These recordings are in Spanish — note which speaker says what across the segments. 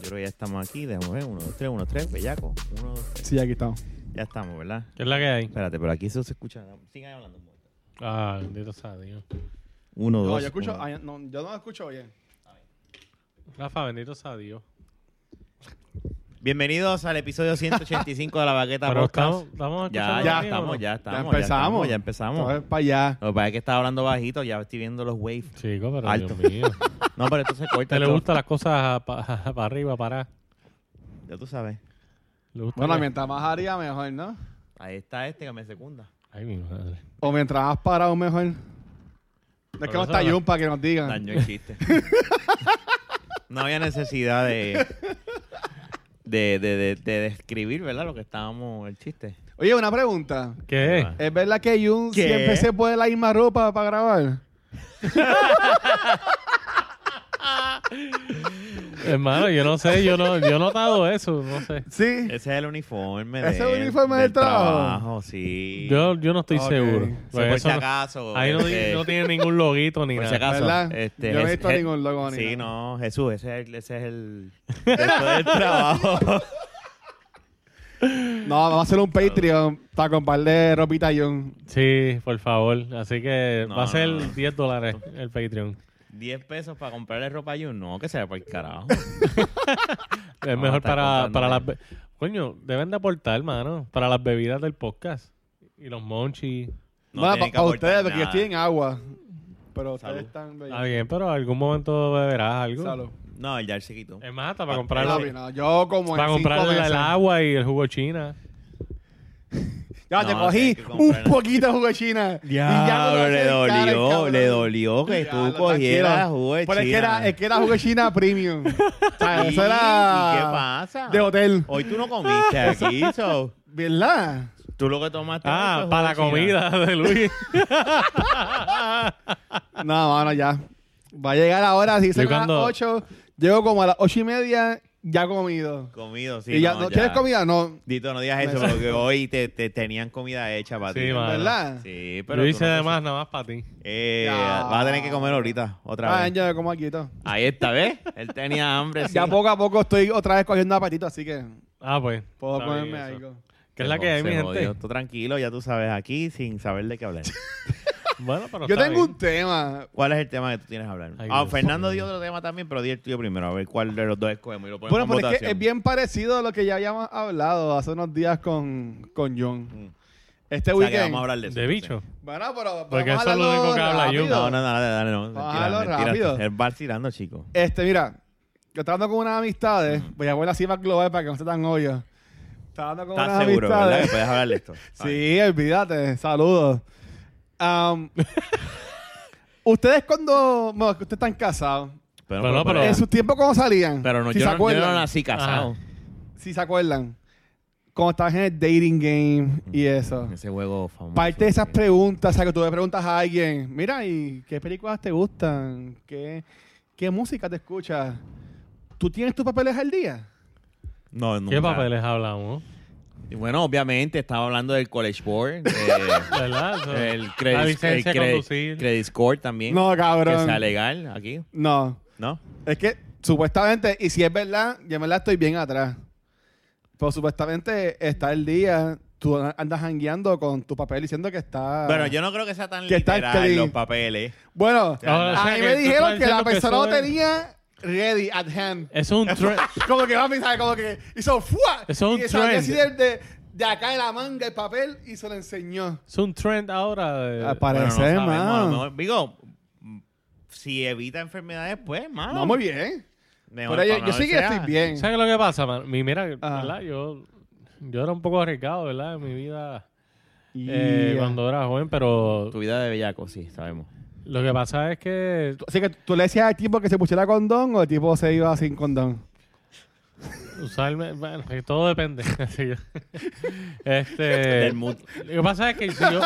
Speaker 1: creo que ya estamos aquí. Déjame ver. Uno, dos, tres, uno, dos, tres. Bellaco. Uno, dos, tres.
Speaker 2: Sí, aquí estamos.
Speaker 1: Ya estamos, ¿verdad?
Speaker 3: ¿Qué es la que hay?
Speaker 1: Espérate, pero aquí eso se escucha. Sigan hablando.
Speaker 3: Ah, bendito sea Dios.
Speaker 1: Uno,
Speaker 2: No,
Speaker 1: dos.
Speaker 2: yo escucho,
Speaker 1: uno.
Speaker 2: ay, no, yo no escucho bien.
Speaker 3: Rafa, bendito sea Dios.
Speaker 1: Bienvenidos al episodio 185 de La Baqueta
Speaker 3: Pero
Speaker 1: Podcast.
Speaker 3: estamos, estamos
Speaker 1: Ya,
Speaker 3: escuchando
Speaker 1: ya
Speaker 3: bien, ¿o no?
Speaker 1: estamos, ya estamos.
Speaker 2: ya empezamos.
Speaker 1: Ya empezamos.
Speaker 2: Entonces, para allá.
Speaker 1: Lo que pasa es que estaba hablando bajito. Ya estoy viendo los waves.
Speaker 3: Chico, pero
Speaker 1: Alto.
Speaker 3: Dios mío.
Speaker 1: No, pero esto se corta.
Speaker 3: ¿Te le
Speaker 1: esto-
Speaker 3: gustan las cosas para arriba, para?
Speaker 1: Ya tú sabes.
Speaker 3: ¿Le gusta
Speaker 2: Bueno,
Speaker 3: que-
Speaker 2: mientras más haría, mejor, ¿no?
Speaker 1: Ahí está este que me secunda.
Speaker 3: Ay, mi madre.
Speaker 2: O mientras más parado, mejor. No es
Speaker 3: Pero
Speaker 2: que no
Speaker 3: eso
Speaker 2: está
Speaker 3: no-
Speaker 2: Jun para que nos digan.
Speaker 1: Daño el chiste. no había necesidad de de, de, de- de describir, ¿verdad? Lo que estábamos, el chiste.
Speaker 2: Oye, una pregunta.
Speaker 3: ¿Qué es?
Speaker 2: ¿Es verdad que Jun
Speaker 1: ¿Qué?
Speaker 2: siempre se pone la misma ropa para grabar?
Speaker 3: Hermano, yo no sé, yo no, yo he notado eso, no sé.
Speaker 2: Sí.
Speaker 1: Ese es el uniforme.
Speaker 2: ¿Ese
Speaker 1: de-
Speaker 2: es el uniforme del trabajo?
Speaker 1: sí.
Speaker 3: Yo, yo no estoy
Speaker 2: Ok.
Speaker 3: seguro.
Speaker 2: Sí,
Speaker 1: Sí,
Speaker 3: Pues
Speaker 1: por si
Speaker 3: eso no-
Speaker 1: acaso.
Speaker 3: ahí no, di-
Speaker 1: este,
Speaker 3: no tiene ningún loguito ni
Speaker 1: por si
Speaker 3: nada.
Speaker 1: acaso.
Speaker 2: ¿Verdad?
Speaker 1: este,
Speaker 2: Yo no he
Speaker 1: Jes-
Speaker 2: visto
Speaker 1: Je-
Speaker 2: ningún logo ni
Speaker 1: Sí,
Speaker 2: nada.
Speaker 1: no, Jesús, ese es el, ese es el, esto del trabajo.
Speaker 2: No, vamos a hacer un Patreon para comprarle ropita a Jun.
Speaker 3: Sí, por favor. Así que
Speaker 1: No,
Speaker 3: va a ser
Speaker 1: no, no.
Speaker 3: 10 dólares el Patreon.
Speaker 1: 10 pesos para comprarle ropa a Jun. No, que sea por el carajo.
Speaker 3: Es
Speaker 1: No,
Speaker 3: mejor
Speaker 1: está
Speaker 3: para,
Speaker 1: contando
Speaker 3: para las...
Speaker 1: ahí.
Speaker 3: be- Coño, deben de aportar, mano, para las bebidas del podcast. Y los monchis.
Speaker 1: No
Speaker 2: bueno,
Speaker 1: tienen
Speaker 2: para
Speaker 1: que aportar
Speaker 2: ustedes, porque yo
Speaker 1: nada.
Speaker 2: estoy en agua. Pero ustedes
Speaker 1: Salud.
Speaker 2: están bellos.
Speaker 3: Está bien, pero algún momento beberás algo.
Speaker 2: Salud. Ah,
Speaker 1: No, el Jarse quitó.
Speaker 3: Es más, hasta para
Speaker 1: Pa-
Speaker 3: comprar,
Speaker 1: Claro.
Speaker 2: No,
Speaker 1: el-
Speaker 2: no, yo como en
Speaker 3: para
Speaker 2: cinco
Speaker 3: comprar el,
Speaker 2: meses.
Speaker 3: el agua y el jugo china.
Speaker 2: Ya te
Speaker 1: No, tienes
Speaker 2: cogí
Speaker 1: que
Speaker 2: un
Speaker 1: comprar-
Speaker 2: poquito de jugo de China. Y ya no
Speaker 1: Diablo, Ah, le
Speaker 2: lo haces,
Speaker 1: dolió,
Speaker 2: cabrón.
Speaker 1: le dolió que
Speaker 2: Ya,
Speaker 1: tú
Speaker 2: lo
Speaker 1: cogieras
Speaker 2: tranquilo.
Speaker 1: jugo de
Speaker 2: Pero es que
Speaker 1: China.
Speaker 2: era, es que era jugo de China premium. o sea,
Speaker 1: ¿Y
Speaker 2: eso era
Speaker 1: ¿y qué pasa?
Speaker 2: de hotel.
Speaker 1: Hoy tú no comiste aquí, so.
Speaker 2: ¿Verdad?
Speaker 1: Tú lo que tomaste. hoy
Speaker 3: Ah,
Speaker 1: fue
Speaker 3: para la
Speaker 1: jugo de China.
Speaker 3: comida de Luis.
Speaker 2: No, mano, ya. Va a llegar ahora, si se
Speaker 3: Yo
Speaker 2: a las
Speaker 3: cuando-
Speaker 2: 8, llego como a las 8 y media, ya comido.
Speaker 1: Comido, sí.
Speaker 2: y ya,
Speaker 1: no,
Speaker 2: no, ¿Quieres comida? No.
Speaker 1: Dito, no digas eso,
Speaker 2: Me-
Speaker 1: porque hoy te, te tenían comida hecha para
Speaker 3: Sí,
Speaker 1: ti.
Speaker 3: mano.
Speaker 2: ¿Verdad? Ah,
Speaker 1: Sí, pero.
Speaker 3: Lo
Speaker 1: tú
Speaker 3: hice
Speaker 1: no te-
Speaker 3: además nada más para ti.
Speaker 1: Eh,
Speaker 2: Ya.
Speaker 1: Vas a tener que comer ahorita, otra
Speaker 2: Ah,
Speaker 1: vez.
Speaker 2: yo como aquí y todo.
Speaker 1: Ahí está, ¿ves? Él tenía hambre. sí.
Speaker 2: Ya poco a poco estoy otra vez cogiendo apetito, así que
Speaker 3: Ah, pues.
Speaker 2: puedo
Speaker 3: está bien
Speaker 2: comerme
Speaker 3: eso.
Speaker 2: algo.
Speaker 3: ¿Qué es la que hay,
Speaker 1: Se
Speaker 3: mi
Speaker 1: jodió.
Speaker 3: gente?
Speaker 1: Tú tranquilo, ya tú sabes aquí sin saber de qué hablar.
Speaker 3: Bueno, pero
Speaker 2: Yo
Speaker 3: está
Speaker 2: tengo
Speaker 3: bien.
Speaker 2: un tema.
Speaker 1: ¿Cuál es el tema que tú tienes que hablar?
Speaker 3: Ay,
Speaker 1: ah,
Speaker 3: Dios
Speaker 1: Fernando
Speaker 3: mío.
Speaker 1: dio otro tema también, pero di el tuyo primero. A ver cuál de los dos escogemos y lo ponemos
Speaker 2: Bueno,
Speaker 1: en
Speaker 2: pero es que
Speaker 1: votación.
Speaker 2: es bien parecido a lo que ya habíamos hablado hace unos días con, con John.
Speaker 1: Mm.
Speaker 2: Este
Speaker 1: O sea, que
Speaker 2: weekend.
Speaker 1: vamos a hablar de eso.
Speaker 3: De bicho.
Speaker 2: Bueno, pero.
Speaker 3: Porque
Speaker 2: vamos a
Speaker 3: eso es lo
Speaker 2: hablarlo
Speaker 3: único que habla
Speaker 2: rápido.
Speaker 3: John.
Speaker 1: No, no, no, dale, dale, no.
Speaker 2: Bájalo rápido.
Speaker 1: Él va tirando, chico.
Speaker 2: Este, mira, yo estaba hablando con unas amistades.
Speaker 1: Mm.
Speaker 2: Voy a poner así más global para que no sea tan obvio. Estaba hablando con
Speaker 1: ¿Estás
Speaker 2: unas
Speaker 1: seguro, verdad? Que
Speaker 2: amistades.
Speaker 1: puedes hablar de esto.
Speaker 2: Sí, olvídate. Saludos. Am, ustedes cuando. Bueno, que ustedes están casados.
Speaker 1: Pero,
Speaker 3: Pero no, pero-
Speaker 2: En su tiempo, ¿cómo salían?
Speaker 1: pero no, yo,
Speaker 2: si se
Speaker 1: no, yo
Speaker 2: acuerdan.
Speaker 1: no nací casado.
Speaker 2: Si se acuerdan. Cuando estabas en el dating game y eso.
Speaker 1: Ese juego famoso.
Speaker 2: Parte de esas
Speaker 1: que-
Speaker 2: preguntas, o sea, que tú le preguntas a alguien, mira, ¿y qué películas te gustan? ¿Qué, qué música te escuchas? ¿Tú tienes tus papeles al día?
Speaker 1: No, nunca.
Speaker 3: ¿Qué papeles hablamos?
Speaker 1: Y bueno, obviamente, estaba hablando del College Board, de-
Speaker 3: ¿Verdad? Eso-
Speaker 1: el
Speaker 3: La
Speaker 1: Credit, el
Speaker 3: licencia de
Speaker 1: credit-
Speaker 3: conducir.
Speaker 1: credit Score también.
Speaker 2: No,
Speaker 1: Que
Speaker 2: cabrón.
Speaker 1: sea legal aquí,
Speaker 2: No,
Speaker 1: ¿no?
Speaker 2: es que supuestamente, y si es verdad, yo me la estoy bien atrás. Pero supuestamente está el día, tú andas jangueando con tu papel diciendo que está...
Speaker 1: Bueno, yo no creo que sea tan
Speaker 2: ¿Qué tal,
Speaker 1: literal
Speaker 2: Kelly?
Speaker 1: los papeles.
Speaker 2: Bueno,
Speaker 3: Ah, o sea,
Speaker 2: a mí
Speaker 3: que
Speaker 2: me
Speaker 3: tú
Speaker 2: dijeron que
Speaker 3: estás
Speaker 2: la
Speaker 3: diciendo que
Speaker 2: persona lo
Speaker 3: eso es-
Speaker 2: tenía ready at hand.
Speaker 3: Eso es un trend.
Speaker 2: como que va a pensar, como que hizo ¡fua!
Speaker 3: Eso es
Speaker 2: y
Speaker 3: un
Speaker 2: salió
Speaker 3: trend.
Speaker 2: así de, de, de acá de la manga el papel y se lo enseñó.
Speaker 3: es un trend ahora. de-
Speaker 2: Ah,
Speaker 1: Bueno, no
Speaker 2: Aparece,
Speaker 1: sabemos, a lo mejor- digo, mm, si evita enfermedades, pues, mano.
Speaker 2: No, muy bien.
Speaker 1: Mejor
Speaker 3: Eh,
Speaker 2: Pero yo,
Speaker 1: para
Speaker 2: yo
Speaker 1: no
Speaker 2: sí que
Speaker 1: sea.
Speaker 2: estoy bien.
Speaker 3: ¿Sabes lo que pasa, man? Mi- Mira,
Speaker 2: Ajá.
Speaker 3: ¿verdad? Yo, yo era un poco arriesgado, ¿verdad? En mi vida eh,
Speaker 2: Yeah.
Speaker 3: cuando era joven, pero
Speaker 1: Tu vida de bellaco, sí, sabemos.
Speaker 3: lo que pasa es que
Speaker 2: Así que tú le decías al tipo que se pusiera condón o el tipo se iba sin condón.
Speaker 3: usarme, bueno, que todo depende. Así yo- este,
Speaker 2: Eh,
Speaker 1: Del mood.
Speaker 3: lo que pasa es que si yo,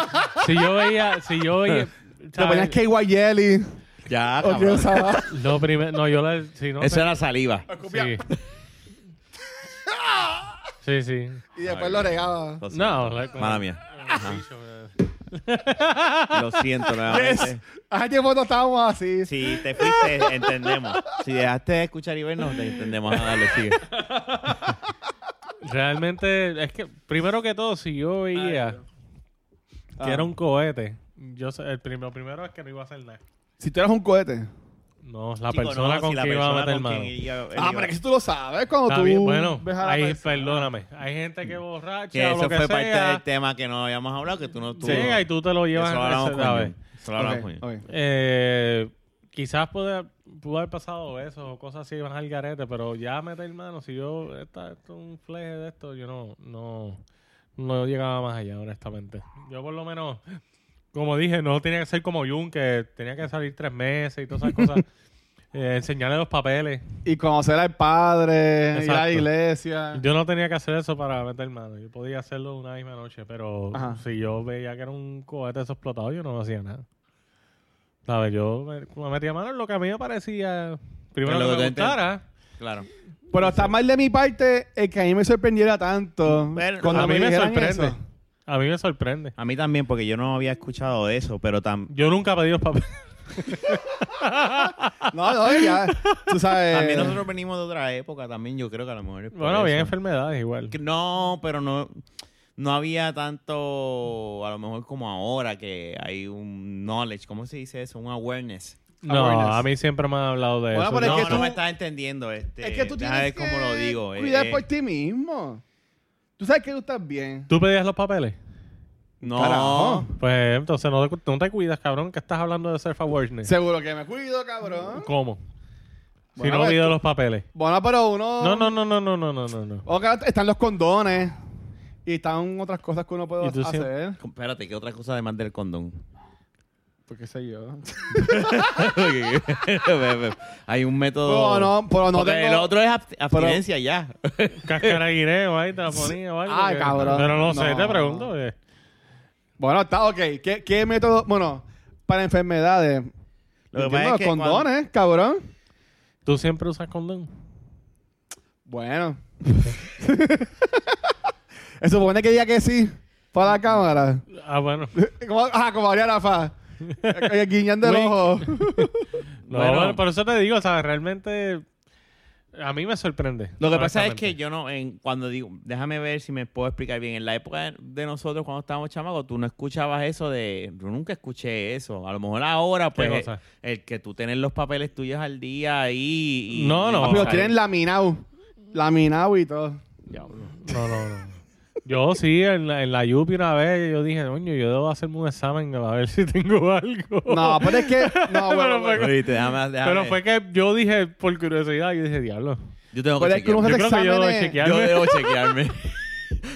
Speaker 3: si yo veía, si yo veía,
Speaker 2: Te ponías
Speaker 3: ¿sabes?
Speaker 2: KY Jelly
Speaker 3: Ah,
Speaker 1: Ya,
Speaker 2: o que
Speaker 1: cabrón.
Speaker 2: usaba.
Speaker 3: lo primero, no, yo la, si no,
Speaker 1: Eso era saliva.
Speaker 3: sí. sí, sí,
Speaker 2: y después lo regaba.
Speaker 1: Lo siento.
Speaker 3: Ah, no, la-
Speaker 1: Mala mía.
Speaker 3: Bicho, eh.
Speaker 1: Lo siento, nuevamente.
Speaker 2: Hace tiempo no estábamos así.
Speaker 1: Si te fuiste, entendemos. Si dejaste de escuchar y vernos, te entendemos. Ah, dale, sigue.
Speaker 3: Realmente, es que primero que todo, si yo veía que
Speaker 2: Ah.
Speaker 3: era un cohete, yo sé- el primero, primero es que no iba a hacer nada.
Speaker 2: Si tú eras un cohete.
Speaker 3: No, la
Speaker 1: Chico,
Speaker 3: persona
Speaker 1: no,
Speaker 3: con
Speaker 1: si la
Speaker 3: quien iba a
Speaker 1: persona
Speaker 3: meter
Speaker 1: con
Speaker 3: mano.
Speaker 1: quien iba- él
Speaker 2: Ah,
Speaker 1: iba-
Speaker 2: pero que si tú lo sabes cuando
Speaker 3: Está
Speaker 2: tú
Speaker 3: bien, bueno,
Speaker 2: ves a la
Speaker 3: ahí,
Speaker 2: persona.
Speaker 3: perdóname. Hay gente que borracha
Speaker 1: que
Speaker 3: o lo
Speaker 1: eso
Speaker 3: que
Speaker 1: fue
Speaker 3: sea,
Speaker 1: parte del tema que no habíamos hablado, que tú no tú,
Speaker 3: llega y tú te lo
Speaker 1: Eso
Speaker 3: llevas
Speaker 1: lo
Speaker 3: en
Speaker 1: hablamos
Speaker 3: ese-
Speaker 1: con
Speaker 3: a
Speaker 1: Jun.
Speaker 3: ver.
Speaker 1: Eso lo hablamos
Speaker 2: Ok,
Speaker 1: con Jun.
Speaker 3: pues.
Speaker 2: ok.
Speaker 3: Eh, quizás pude, pudo haber pasado eso o cosas así más al garete, pero ya meter mano, si yo, esta, esto es un fleje de esto, yo no, no, no llegaba más allá, honestamente. Yo por lo menos, como dije, no tenía que ser como Jun, que tenía que salir tres meses y todas esas cosas. Eh, enseñarle los papeles.
Speaker 2: Y conocer al padre, ir a la
Speaker 3: Exacto.
Speaker 2: iglesia.
Speaker 3: Yo no tenía que hacer eso para meter mano. Yo podía hacerlo una misma noche, pero
Speaker 2: Ajá.
Speaker 3: si yo veía que era un cohete eso explotado, yo no hacía nada. ¿Sabes? Yo me, me metía mano en lo que a mí me parecía. Primero
Speaker 1: En
Speaker 3: que,
Speaker 1: lo que
Speaker 3: me
Speaker 1: te entiendo.
Speaker 3: gustara.
Speaker 1: Claro.
Speaker 2: Pero está mal de mi parte el que a mí me sorprendiera tanto.
Speaker 1: Pero-
Speaker 2: cuando
Speaker 3: a mí me
Speaker 2: dijeran
Speaker 3: sorprende.
Speaker 2: eso.
Speaker 3: A mí me sorprende.
Speaker 1: A mí también, porque yo no había escuchado de eso, pero tam-
Speaker 3: Yo nunca pedí los papeles.
Speaker 2: No, no, ya. Tú sabes.
Speaker 1: también nosotros venimos de otra época también. Yo creo que a lo mejor es por
Speaker 3: Eh. Bueno, había
Speaker 1: eso.
Speaker 3: enfermedades igual.
Speaker 1: Que No, pero no, no había tanto, a lo mejor como ahora, que hay un knowledge, ¿cómo se dice eso? Un awareness.
Speaker 3: No,
Speaker 2: Awareness.
Speaker 3: a mí siempre me han hablado de
Speaker 2: Bueno,
Speaker 3: eso.
Speaker 2: pero Pues es
Speaker 1: no,
Speaker 2: que
Speaker 1: no
Speaker 2: tú-
Speaker 1: me estás entendiendo. Este,
Speaker 2: es que tú
Speaker 1: deja
Speaker 2: tienes
Speaker 1: ver cómo
Speaker 2: que
Speaker 1: lo digo. eh,
Speaker 2: cuidar
Speaker 1: eh,
Speaker 2: por ti mismo. Tú sabes que tú estás bien.
Speaker 3: ¿Tú pedías los papeles?
Speaker 1: No,
Speaker 2: Carajo.
Speaker 3: Pues entonces no te, cu- no te cuidas, cabrón, que estás hablando de self-awareness.
Speaker 2: Seguro que me cuido, cabrón.
Speaker 3: ¿Cómo?
Speaker 2: Bueno,
Speaker 3: si no
Speaker 2: pues,
Speaker 3: pido
Speaker 2: tú-
Speaker 3: los papeles.
Speaker 2: Bueno, pero uno.
Speaker 3: No, no, no, no, no, no, no, no, no.
Speaker 2: Ok, están los condones. Y están otras cosas que uno puede
Speaker 3: Y tú
Speaker 2: hacer.
Speaker 1: espérate, ¿qué otra cosa además del condón?
Speaker 2: Pues qué sé yo.
Speaker 1: hay un método.
Speaker 2: Pero no, pero no
Speaker 1: Porque
Speaker 2: tengo-
Speaker 1: El otro es abst- abstinencia ya.
Speaker 3: Cáscara de guineo ahí te la ponía o algo.
Speaker 2: Ah,
Speaker 3: que-
Speaker 2: cabrón.
Speaker 3: Pero no sé,
Speaker 2: No.
Speaker 3: te pregunto. eh, oye.
Speaker 2: Bueno, está ok. ¿Qué, qué método? Bueno, para enfermedades.
Speaker 1: Lo que
Speaker 2: Entiendo,
Speaker 1: pasa es
Speaker 2: los
Speaker 1: que
Speaker 2: condones, cabrón.
Speaker 3: ¿Tú siempre usas condón?
Speaker 2: Bueno. Se supone que diga que sí. Para la cámara.
Speaker 3: Ah, bueno.
Speaker 2: Como, ah, como haría Rafa. Eh, Guiñando el
Speaker 3: Wink.
Speaker 2: ojo.
Speaker 3: No,
Speaker 1: Bueno.
Speaker 3: bueno, por eso te digo, ¿sabes? Realmente a mí me sorprende.
Speaker 1: Lo que pasa es que yo no, en, cuando digo, déjame ver si me puedo explicar bien. En la época de, de nosotros, cuando estábamos chamacos, tú no escuchabas eso de. Yo nunca escuché eso. A lo mejor ahora,
Speaker 3: ¿Qué
Speaker 1: pues. El,
Speaker 3: cosa?
Speaker 1: que tú tenés los papeles tuyos al día ahí. y-
Speaker 3: No, no.
Speaker 1: y-
Speaker 2: Papi, los
Speaker 3: Ay.
Speaker 2: tienen laminado. Laminado y todo.
Speaker 1: Diablo.
Speaker 3: No, no, no. Yo sí, en la, en la Yupi una vez, yo dije, coño, yo debo hacerme un examen a ver si tengo algo.
Speaker 2: No,
Speaker 1: Oh.
Speaker 2: pero es que. No, bueno,
Speaker 3: Pero
Speaker 2: bueno.
Speaker 1: Oíste, déjame- déjame.
Speaker 3: Pero fue que yo dije, por curiosidad, yo dije, diablo.
Speaker 1: Yo tengo
Speaker 2: Pero
Speaker 1: que
Speaker 2: es que uno
Speaker 1: chequearme.
Speaker 3: Yo creo
Speaker 2: exámenes-
Speaker 3: que yo debo
Speaker 1: Yo
Speaker 3: chequearme.
Speaker 1: debo chequearme.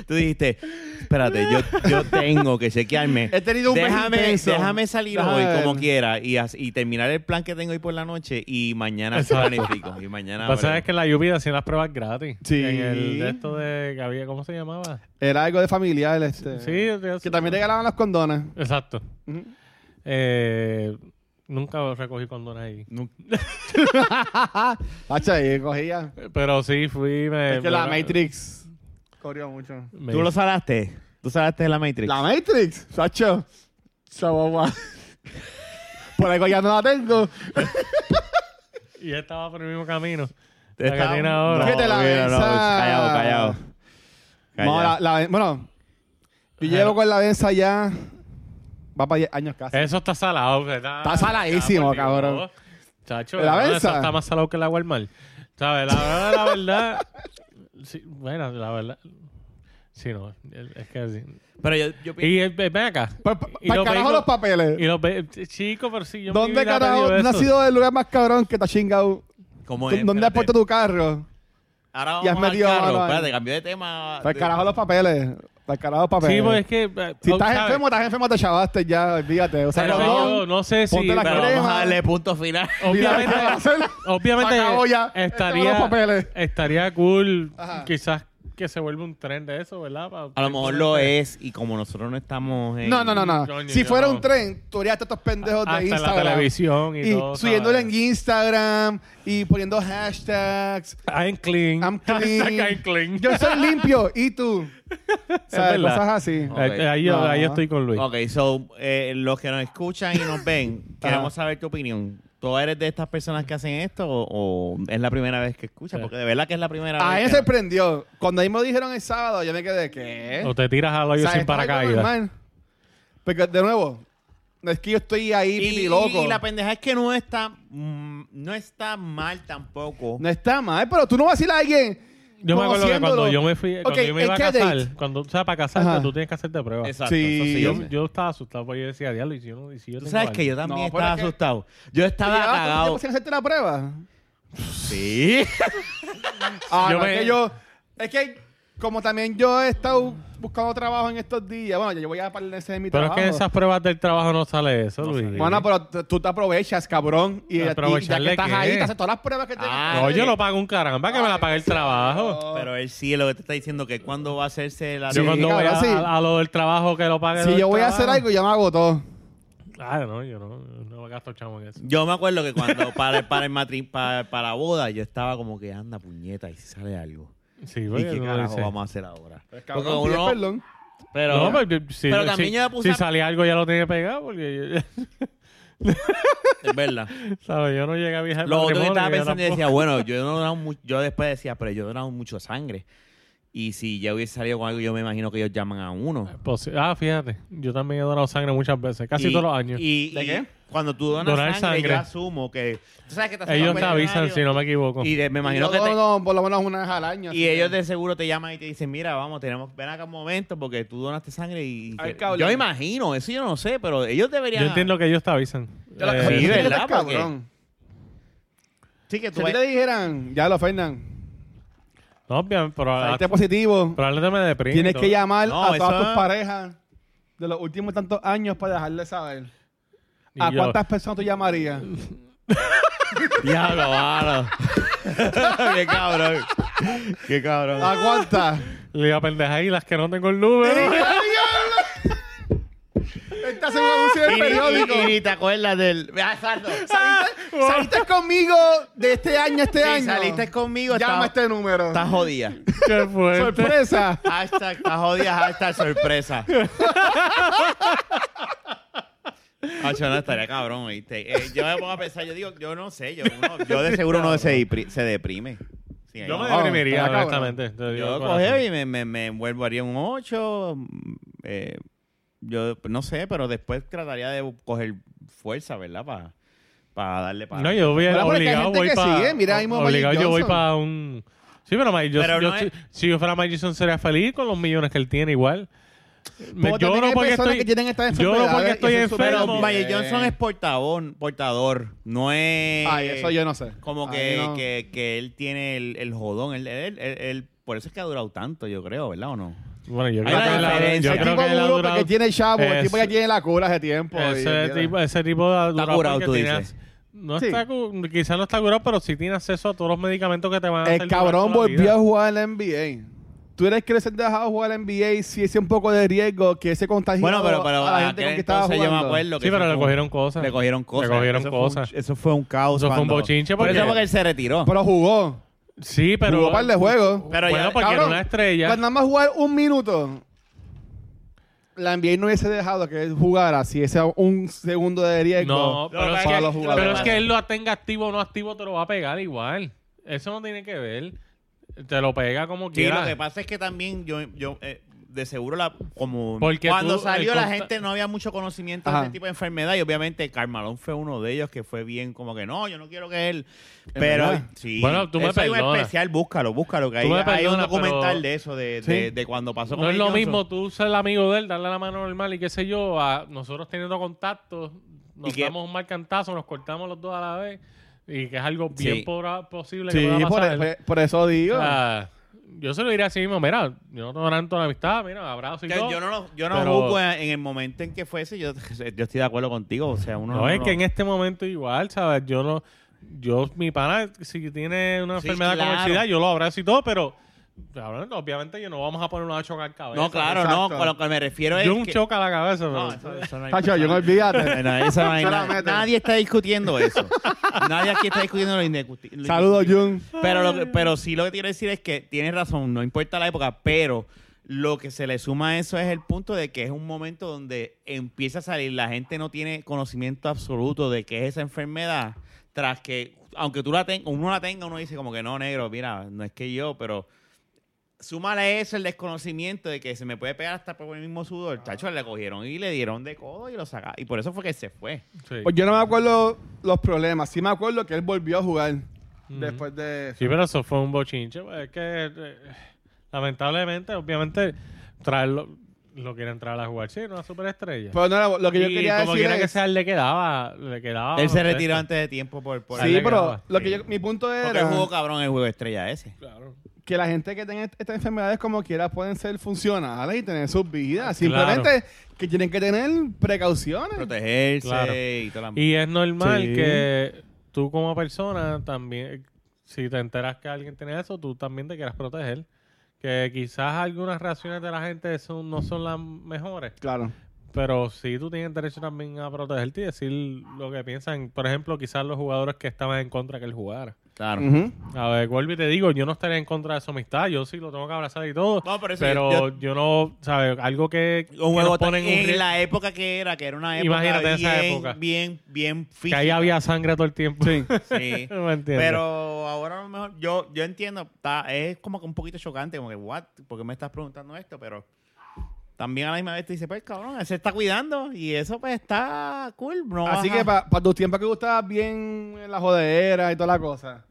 Speaker 1: Tú dijiste, espérate, yo, yo tengo que chequearme.
Speaker 2: He tenido Este un mes
Speaker 1: déjame,
Speaker 2: intenso.
Speaker 1: déjame salir
Speaker 2: Déjame
Speaker 1: hoy
Speaker 2: ver.
Speaker 1: como quiera y, as- y terminar el plan que tengo hoy por la noche y mañana planifico. Y mañana.
Speaker 3: Lo que pasa es
Speaker 1: veremos.
Speaker 3: que en la Yupi hacían las pruebas gratis.
Speaker 2: Sí.
Speaker 3: En el de esto de que había, ¿cómo se llamaba?
Speaker 2: Era algo de familiar. Este,
Speaker 3: Sí,
Speaker 2: Que también regalaban los condones.
Speaker 3: Exacto.
Speaker 2: Ujú.
Speaker 3: Eh, nunca recogí condones ahí.
Speaker 1: Nu-
Speaker 2: Hacha, ahí cogía.
Speaker 3: Pero sí, fui. Me,
Speaker 1: Eh,
Speaker 2: Es que la
Speaker 3: me-
Speaker 2: Matrix corrió mucho.
Speaker 3: me-
Speaker 1: Tú lo salaste. Tú salaste de la Matrix.
Speaker 2: La Matrix, Sacho. Chihuahua. uh. Por algo ya no la tengo.
Speaker 3: y yo estaba por el mismo camino.
Speaker 1: Te
Speaker 3: La que
Speaker 1: estaba-
Speaker 3: tiene ahora.
Speaker 2: Que te la
Speaker 1: mira, no,
Speaker 2: venza.
Speaker 1: callado, callado.
Speaker 2: No, la-
Speaker 1: Callado.
Speaker 2: la- bueno, yo llevo con la venza ya. Va para 10 años casi.
Speaker 3: Eso está salado. Está,
Speaker 2: Está saladísimo,
Speaker 3: Ah, por
Speaker 2: cabrón.
Speaker 3: Dios. Chacho,
Speaker 2: ¿La
Speaker 3: la verdad,
Speaker 2: Benza?
Speaker 3: eso está más salado que el agua al mar. ¿Sabes? La verdad, la verdad. sí, bueno, la verdad. Sí, no. Es que sí.
Speaker 1: Pero yo, yo pienso.
Speaker 3: Y eh, ven acá.
Speaker 2: Para pa,
Speaker 3: y
Speaker 2: pa'l
Speaker 3: los
Speaker 2: carajo
Speaker 3: vehículos-
Speaker 2: los papeles.
Speaker 3: Y los ve- Chico, pero sí. Yo en mi
Speaker 2: ¿Dónde
Speaker 3: vida he
Speaker 2: carajo
Speaker 3: tenido
Speaker 2: no ha
Speaker 3: eso.
Speaker 2: sido el lugar más cabrón que te ha chingado?
Speaker 1: ¿Cómo es?
Speaker 2: ¿Dónde has
Speaker 1: Espérate.
Speaker 2: puesto tu carro?
Speaker 1: Ahora
Speaker 2: y has
Speaker 1: vamos al
Speaker 2: metido
Speaker 1: carro.
Speaker 2: mano ahí?
Speaker 1: Espérate, cambió de tema.
Speaker 2: Para
Speaker 1: De-
Speaker 2: carajo los papeles. Para carajo los papeles.
Speaker 3: Sí, pues es que. eh,
Speaker 2: si estás
Speaker 3: ¿sabes?
Speaker 2: enfermo, estás enfermo, te chavaste ya, olvídate. O sea,
Speaker 3: Pero
Speaker 1: Pero
Speaker 2: no,
Speaker 3: yo no sé si.
Speaker 2: ponte la
Speaker 1: Pero
Speaker 3: pero-
Speaker 1: vamos
Speaker 2: crema.
Speaker 1: a darle punto final.
Speaker 3: Obviamente,
Speaker 2: Mira,
Speaker 3: obviamente
Speaker 2: acabó ya. Este con los
Speaker 3: estaría,
Speaker 2: papeles.
Speaker 3: estaría cool
Speaker 2: Ajá.
Speaker 3: quizás que se vuelve un tren de eso, ¿verdad? Pa-
Speaker 1: A lo mejor lo es y como nosotros no estamos en...
Speaker 2: No, no, no, no.
Speaker 3: Coño,
Speaker 2: si
Speaker 3: yo
Speaker 2: fuera
Speaker 3: no.
Speaker 2: un tren, tú harías estos pendejos
Speaker 3: Hasta
Speaker 2: de
Speaker 3: en
Speaker 2: Instagram.
Speaker 3: la televisión y,
Speaker 2: Y
Speaker 3: todo.
Speaker 2: subiéndolo
Speaker 3: ¿sabes?
Speaker 2: en Instagram y poniendo hashtags.
Speaker 3: I'm Ah, clean.
Speaker 2: I'm
Speaker 3: Hashtag
Speaker 2: clean.
Speaker 3: I'm clean.
Speaker 2: Yo soy limpio. ¿Y tú? O sea,
Speaker 3: verdad.
Speaker 2: cosas así.
Speaker 1: Ok.
Speaker 3: Eh, eh, ahí, yo,
Speaker 2: No.
Speaker 3: ahí yo estoy con Luis.
Speaker 1: Ok, so, eh, los que nos escuchan y nos ven, queremos saber tu opinión. ¿Tú eres de estas personas que hacen esto o, o es la primera vez que escuchas? Porque de verdad que es la primera
Speaker 2: A
Speaker 1: vez.
Speaker 2: él
Speaker 1: que-
Speaker 2: me sorprendió. Cuando ahí me dijeron el sábado, yo me quedé, ¿qué?
Speaker 3: O te tiras al
Speaker 2: O
Speaker 3: hoyo
Speaker 2: sea,
Speaker 3: sin
Speaker 2: esto es algo
Speaker 3: paracaídas.
Speaker 2: normal. Porque, de nuevo, no es que yo estoy ahí,
Speaker 1: Y,
Speaker 2: pipi
Speaker 1: y-
Speaker 2: loco.
Speaker 1: y la pendeja es que no está, mm, no está mal tampoco.
Speaker 2: No está mal, pero tú no vas a decir a alguien.
Speaker 3: Yo me acuerdo que cuando
Speaker 2: conociéndolo.
Speaker 3: yo me fui, cuando
Speaker 2: Ok,
Speaker 3: yo me
Speaker 2: ¿en
Speaker 3: iba a
Speaker 2: qué
Speaker 3: casar,
Speaker 2: date?
Speaker 3: cuando, o sea, para casarte
Speaker 2: Ajá.
Speaker 3: tú tienes que hacerte pruebas.
Speaker 1: Exacto.
Speaker 2: Sí.
Speaker 1: eso sí.
Speaker 3: Yo,
Speaker 2: Sí.
Speaker 3: yo estaba asustado porque yo decía, diablo, y si yo no, y si yo
Speaker 1: Tú
Speaker 3: tengo
Speaker 1: sabes
Speaker 3: algo?"
Speaker 1: que yo también
Speaker 2: No, ah, pero
Speaker 1: estaba
Speaker 2: es que-
Speaker 1: asustado. Yo estaba
Speaker 2: Llevaba tanto
Speaker 1: cagado.
Speaker 2: tiempo sin hacerte la prueba.
Speaker 1: Sí.
Speaker 2: Ah,
Speaker 3: Yo
Speaker 2: no,
Speaker 3: me-
Speaker 2: es que yo. Es que como también yo he estado buscando trabajo en estos días. Bueno, yo voy a para el de mi
Speaker 3: Pero es
Speaker 2: trabajo.
Speaker 3: que en esas pruebas del trabajo no sale eso, Luis.
Speaker 2: Bueno, pero t- tú te aprovechas, cabrón. Y, y ya que
Speaker 3: ¿Aprovecharle
Speaker 2: estás
Speaker 3: qué?
Speaker 2: ahí, te haces todas las pruebas que te.
Speaker 1: Ah,
Speaker 3: No, yo no pago un caramba que me la pague el trabajo.
Speaker 2: No.
Speaker 1: Pero él sí es lo que te está diciendo, que cuando va a hacerse la...
Speaker 2: Ah,
Speaker 3: Yo
Speaker 2: Sí,
Speaker 3: cuando voy
Speaker 2: cabrón,
Speaker 3: a,
Speaker 2: sí.
Speaker 3: a- a lo del trabajo que lo pague lo
Speaker 2: si
Speaker 3: del
Speaker 2: yo voy a hacer
Speaker 3: trabajo.
Speaker 2: algo, ya me hago todo.
Speaker 3: Ah, no, yo no, yo no gasto chamo en eso.
Speaker 1: Yo me acuerdo que cuando para, el- para el matri- para, para la boda, yo estaba como que anda puñeta y si sale algo.
Speaker 3: Sí,
Speaker 1: ¿Y
Speaker 3: porque
Speaker 1: qué
Speaker 3: no lo
Speaker 1: carajo
Speaker 3: hice.
Speaker 1: vamos a hacer ahora?
Speaker 2: Cabrón,
Speaker 1: Porque Pues
Speaker 2: pides
Speaker 1: uno-
Speaker 2: perdón.
Speaker 1: pero,
Speaker 3: No, pero yo- si,
Speaker 1: pero también
Speaker 3: si-
Speaker 1: yo me puse
Speaker 3: si
Speaker 1: a-
Speaker 3: salía algo ya lo tenía pegado porque yo,
Speaker 1: es verdad.
Speaker 3: ¿sabes? yo no llegué a viajar.
Speaker 1: Lo otro que estaba
Speaker 3: matrimonio, yo
Speaker 1: pensando y
Speaker 3: tampoco.
Speaker 1: decía, bueno, yo he donado mu- yo después decía, pero yo he donado mucho sangre. Y si ya hubiese salido con algo, yo me imagino que ellos llaman a uno.
Speaker 3: Pues, ah, fíjate, yo también he donado sangre muchas veces, casi
Speaker 1: Y-
Speaker 3: todos los años.
Speaker 1: Y,
Speaker 2: ¿De
Speaker 1: y
Speaker 2: qué?
Speaker 1: Cuando tú donas
Speaker 3: Donar
Speaker 1: sangre,
Speaker 3: sangre.
Speaker 1: yo asumo que... tú sabes que te hacen
Speaker 3: Ellos
Speaker 1: los
Speaker 3: te avisan,
Speaker 1: veterinarios
Speaker 3: si no me equivoco.
Speaker 1: Y de- me imagino
Speaker 2: Yo
Speaker 1: que te-
Speaker 2: dono por lo menos una vez al año.
Speaker 1: Y
Speaker 2: así
Speaker 1: ellos
Speaker 2: que-
Speaker 1: de seguro te llaman y te dicen, mira, vamos, tenemos, ven acá un momento porque tú donaste sangre y...
Speaker 2: Hay que
Speaker 1: yo
Speaker 2: hablar.
Speaker 1: me imagino, eso yo no sé, pero ellos deberían...
Speaker 3: Yo entiendo que ellos te avisan.
Speaker 2: Yo la-
Speaker 3: Eh,
Speaker 1: Sí,
Speaker 2: Tú eres
Speaker 1: ¿verdad? Porque-
Speaker 2: cabrón.
Speaker 1: Sí, que tú...
Speaker 2: Si a ti
Speaker 1: vayas-
Speaker 2: te dijeran, ya lo, Fernan,
Speaker 3: no, bien,
Speaker 1: Ah,
Speaker 3: pero
Speaker 2: saliste positivo,
Speaker 3: probablemente me deprime.
Speaker 2: tienes que llamar
Speaker 1: No,
Speaker 2: a
Speaker 1: eso
Speaker 2: todas tus
Speaker 1: es-
Speaker 2: parejas de los últimos tantos años para dejarle saber.
Speaker 3: Y
Speaker 2: ¿A
Speaker 3: yo-
Speaker 2: cuántas personas tú llamarías?
Speaker 1: Diablo, mano. Qué cabrón. Qué cabrón.
Speaker 2: ¿A cuántas?
Speaker 3: Le iba a pendejar y las que no tengo el número.
Speaker 2: Estás en un anuncio del
Speaker 1: Y ni-
Speaker 2: periódico.
Speaker 1: Y, y ni te acuerdas del. Ah, exacto.
Speaker 2: Saliste, saliste conmigo de este año a este
Speaker 1: Sí,
Speaker 2: año.
Speaker 1: saliste conmigo.
Speaker 2: Llama a
Speaker 1: Está,
Speaker 2: este número.
Speaker 1: está jodida.
Speaker 3: Qué fuerte.
Speaker 2: Sorpresa.
Speaker 1: Hashtag, está jodida, hashtag sorpresa. Hacho, no estaría cabrón, ¿oíste? Eh, yo me pongo a pensar, yo digo, yo no sé, yo, uno- yo de seguro uno se, depri- se deprime. Sí, ahí
Speaker 3: Yo me
Speaker 1: no.
Speaker 2: No,
Speaker 3: deprimiría,
Speaker 2: está cabrón.
Speaker 3: honestamente. te digo
Speaker 1: Yo
Speaker 3: de corazón.
Speaker 1: cogí y me, me, me envuelvo, haría un 8. yo no sé, pero después trataría de coger fuerza, ¿verdad? Para darle para.
Speaker 3: No, yo voy
Speaker 2: Bueno, porque hay
Speaker 3: obligado
Speaker 2: gente
Speaker 3: voy
Speaker 2: que
Speaker 3: para.
Speaker 2: sigue, mira, ahí mismo Magic
Speaker 3: obligado yo voy
Speaker 2: Johnson.
Speaker 3: para un. Sí, pero Magic Johnson.
Speaker 1: Pero
Speaker 3: yo
Speaker 1: no
Speaker 3: estoy-
Speaker 1: es-
Speaker 3: Si yo fuera Magic Johnson, sería feliz con los millones que él tiene, igual. Me-
Speaker 2: Porque
Speaker 3: yo
Speaker 2: también
Speaker 3: no
Speaker 2: hay
Speaker 3: porque
Speaker 2: personas
Speaker 3: estoy.
Speaker 2: que tienen estas
Speaker 3: yo no porque
Speaker 2: enfermedades y
Speaker 3: estoy
Speaker 2: eso es súper
Speaker 1: pero
Speaker 3: enfermo.
Speaker 2: obvio.
Speaker 1: Magic
Speaker 2: Bien.
Speaker 1: Johnson es portador, portador, no es.
Speaker 2: Ay, eso yo no sé.
Speaker 1: Eh, Como
Speaker 2: Ahí
Speaker 1: que,
Speaker 2: no.
Speaker 1: que, que él tiene el, el jodón. Él, él- él- él- por eso es que ha durado tanto, yo creo, ¿verdad o no?
Speaker 3: Bueno, yo
Speaker 1: Hay
Speaker 3: creo
Speaker 1: una
Speaker 3: que él ha-
Speaker 1: diferencia.
Speaker 3: yo
Speaker 2: el
Speaker 3: creo
Speaker 2: tipo
Speaker 3: que él ha
Speaker 2: duro
Speaker 3: durado-
Speaker 2: porque tiene chavo, el tipo
Speaker 3: Eso.
Speaker 2: ya tiene la cura hace tiempo. y-
Speaker 3: Ese
Speaker 2: y-
Speaker 3: tipo, ese tipo de
Speaker 1: curado, tú dices.
Speaker 3: No
Speaker 2: Sí.
Speaker 3: está, cu- quizás no está curado, pero sí tiene acceso a todos los medicamentos que te van a hacer
Speaker 2: El cabrón
Speaker 3: durante la
Speaker 2: volvió
Speaker 3: vida.
Speaker 2: a jugar en la NBA. ¿Tú eres que les han dejado jugar en NBA si es un poco de riesgo que se contagió
Speaker 1: Bueno, pero, pero
Speaker 2: a la gente
Speaker 1: aquel
Speaker 2: con que estaba
Speaker 1: entonces yo me
Speaker 2: jugando?
Speaker 1: acuerdo que
Speaker 3: Sí, pero
Speaker 1: eso
Speaker 3: le
Speaker 1: fue un-
Speaker 3: cogieron cosas.
Speaker 1: Le cogieron cosas.
Speaker 3: Le cogieron
Speaker 1: Eso fue un-
Speaker 3: cosas.
Speaker 1: eso fue un caos.
Speaker 3: Eso fue un
Speaker 1: cuando-
Speaker 3: bochinche
Speaker 1: Por
Speaker 3: porque-
Speaker 1: eso porque él se retiró.
Speaker 2: Pero jugó.
Speaker 3: Sí, pero.
Speaker 2: jugó un par de juegos.
Speaker 1: Pero
Speaker 3: bueno,
Speaker 1: ya-
Speaker 3: porque era
Speaker 2: cabrón,
Speaker 3: una estrella.
Speaker 2: Cuando nada más jugar un minuto, la NBA no hubiese dejado que él jugara si ese era un segundo de riesgo
Speaker 3: No,
Speaker 1: Lo que pasa
Speaker 3: pero, es
Speaker 1: es
Speaker 3: que,
Speaker 2: para los
Speaker 1: lo que
Speaker 2: jugadores.
Speaker 3: pero es que él lo tenga activo o no activo, te lo va a pegar igual. Eso no tiene que ver. Te lo pega
Speaker 1: Sí,
Speaker 3: como
Speaker 1: lo
Speaker 3: quiera.
Speaker 1: que pasa es que también yo, yo eh, de seguro la como
Speaker 3: Porque
Speaker 1: cuando
Speaker 3: tú,
Speaker 1: salió
Speaker 3: el
Speaker 1: la
Speaker 3: conta-
Speaker 1: gente no había mucho conocimiento de
Speaker 2: Ajá.
Speaker 1: ese tipo de enfermedad y obviamente Carmalón fue uno de ellos que fue bien como que no, yo no quiero que él pero
Speaker 2: verdad?
Speaker 1: sí,
Speaker 3: Bueno, tú me
Speaker 1: eso hay un
Speaker 3: perdonas.
Speaker 1: especial, búscalo, búscalo que
Speaker 3: Tú
Speaker 1: hay,
Speaker 3: me
Speaker 1: hay un
Speaker 3: perdonas,
Speaker 1: documental
Speaker 3: pero-
Speaker 1: de eso de,
Speaker 2: Sí.
Speaker 1: de, de cuando pasó con
Speaker 3: No es
Speaker 1: Magic
Speaker 3: lo
Speaker 1: Johnson.
Speaker 3: mismo tú ser el amigo de él, darle la mano normal y qué sé yo, a nosotros teniendo contacto, nos
Speaker 1: Y que-
Speaker 3: damos un mal cantazo, nos cortamos los dos a la vez y que es algo
Speaker 1: Sí.
Speaker 3: bien proba- posible que
Speaker 2: Sí,
Speaker 3: pueda
Speaker 2: por,
Speaker 3: pasar.
Speaker 2: por- por eso digo.
Speaker 3: O sea, yo se lo diría así mismo, mira, yo no tengo tanto de amistad, mira, abrazo y
Speaker 1: Que
Speaker 3: todo.
Speaker 1: yo no lo- yo no
Speaker 3: pero-
Speaker 1: juzgo en, en el momento en que fuese, yo, yo estoy de acuerdo contigo, o sea, uno
Speaker 3: No, es que en este momento igual, ¿sabes? Yo no... Yo, mi pana, si tiene una
Speaker 1: Sí,
Speaker 3: enfermedad
Speaker 1: claro.
Speaker 3: como obesidad, yo lo abrazo y todo, pero Cabrón, obviamente yo no vamos a poner una choca al cabeza.
Speaker 1: No, claro,
Speaker 2: exacto.
Speaker 1: no. Con lo que me refiero es.
Speaker 3: Yo un
Speaker 1: que-
Speaker 3: choca a la cabeza, pero.
Speaker 1: No, eso- eso no hay-
Speaker 2: Tacho, yo no olvídate.
Speaker 1: Bueno, esa vaina-
Speaker 2: la meto.
Speaker 1: nadie está discutiendo eso. Nadie aquí está discutiendo lo indiscutible.
Speaker 2: Saludos, Jun.
Speaker 1: Pero, lo que- pero sí lo que quiero decir es que tienes razón, no importa la época, pero lo que se le suma a eso es el punto de que es un momento donde empieza a salir, la gente no tiene conocimiento absoluto de qué es esa enfermedad, tras que, aunque tú la tengas, uno la tenga, uno dice como que no, negro, mira, no es que yo, pero súmale eso el desconocimiento de que se me puede pegar hasta por el mismo sudor. Chacho, le cogieron y le dieron de codo y lo sacaron. Y por eso fue que se fue.
Speaker 3: Sí.
Speaker 2: Pues yo no me acuerdo los problemas. Sí me acuerdo que él volvió a jugar
Speaker 3: Ujú.
Speaker 2: después de eso.
Speaker 3: Sí, pero eso fue un bochinche. pues, Es que eh, lamentablemente, obviamente, traerlo lo quieren traer a jugar. Sí, era una superestrella.
Speaker 2: Pero no era- lo que yo
Speaker 3: Y
Speaker 2: quería
Speaker 3: como
Speaker 2: decir
Speaker 3: quiera
Speaker 2: es...
Speaker 3: que sea, le quedaba. Le quedaba
Speaker 1: Él se
Speaker 3: baloncesto.
Speaker 1: retiró antes de tiempo por... por
Speaker 2: sí,
Speaker 3: Dale,
Speaker 2: pero
Speaker 3: graba.
Speaker 2: lo que
Speaker 1: Sí.
Speaker 2: yo- mi punto
Speaker 1: porque él
Speaker 2: era
Speaker 1: jugó cabrón el juego de estrella ese.
Speaker 3: Claro.
Speaker 2: que la gente que tiene estas enfermedades como quiera pueden ser funcionales y tener sus vidas.
Speaker 3: Claro.
Speaker 2: Simplemente que tienen que tener precauciones.
Speaker 1: protegerse
Speaker 3: Claro.
Speaker 1: y toda la
Speaker 3: Y es normal
Speaker 2: Sí.
Speaker 3: que tú como persona también, si te enteras que alguien tiene eso, tú también te quieras proteger. Que quizás algunas reacciones de la gente son, no son las mejores,
Speaker 2: Claro.
Speaker 3: pero sí tú tienes derecho también a protegerte y decir lo que piensan. Por ejemplo, quizás los jugadores que estaban en contra que él jugara.
Speaker 1: Claro.
Speaker 2: Ujú.
Speaker 3: A ver, vuelvo y te digo, yo no estaré en contra de su amistad, yo sí lo tengo que abrazar y todo.
Speaker 1: No, pero eso
Speaker 3: pero
Speaker 1: yo-
Speaker 3: yo, no, ¿sabes? Algo que, que
Speaker 1: Un juego
Speaker 3: nos ponen
Speaker 1: tan-
Speaker 3: un
Speaker 1: en
Speaker 3: ri-
Speaker 1: la época que era, que era una época
Speaker 3: Imagínate
Speaker 1: bien,
Speaker 3: esa época.
Speaker 1: bien, bien
Speaker 3: que
Speaker 1: física.
Speaker 3: ahí había sangre todo el tiempo. Sí.
Speaker 1: Sí.
Speaker 3: ¿Me entiendes?
Speaker 1: Pero ahora a lo mejor, yo, yo entiendo, está- es como que un poquito chocante, como que, what, ¿por qué me estás preguntando esto? Pero también a la misma vez te dice, pues cabrón, él se está cuidando y eso pues está cool, ¿no?
Speaker 2: Así
Speaker 1: vas a-
Speaker 2: que para tus tiempos que tú estabas bien en la jodera y toda la cosa,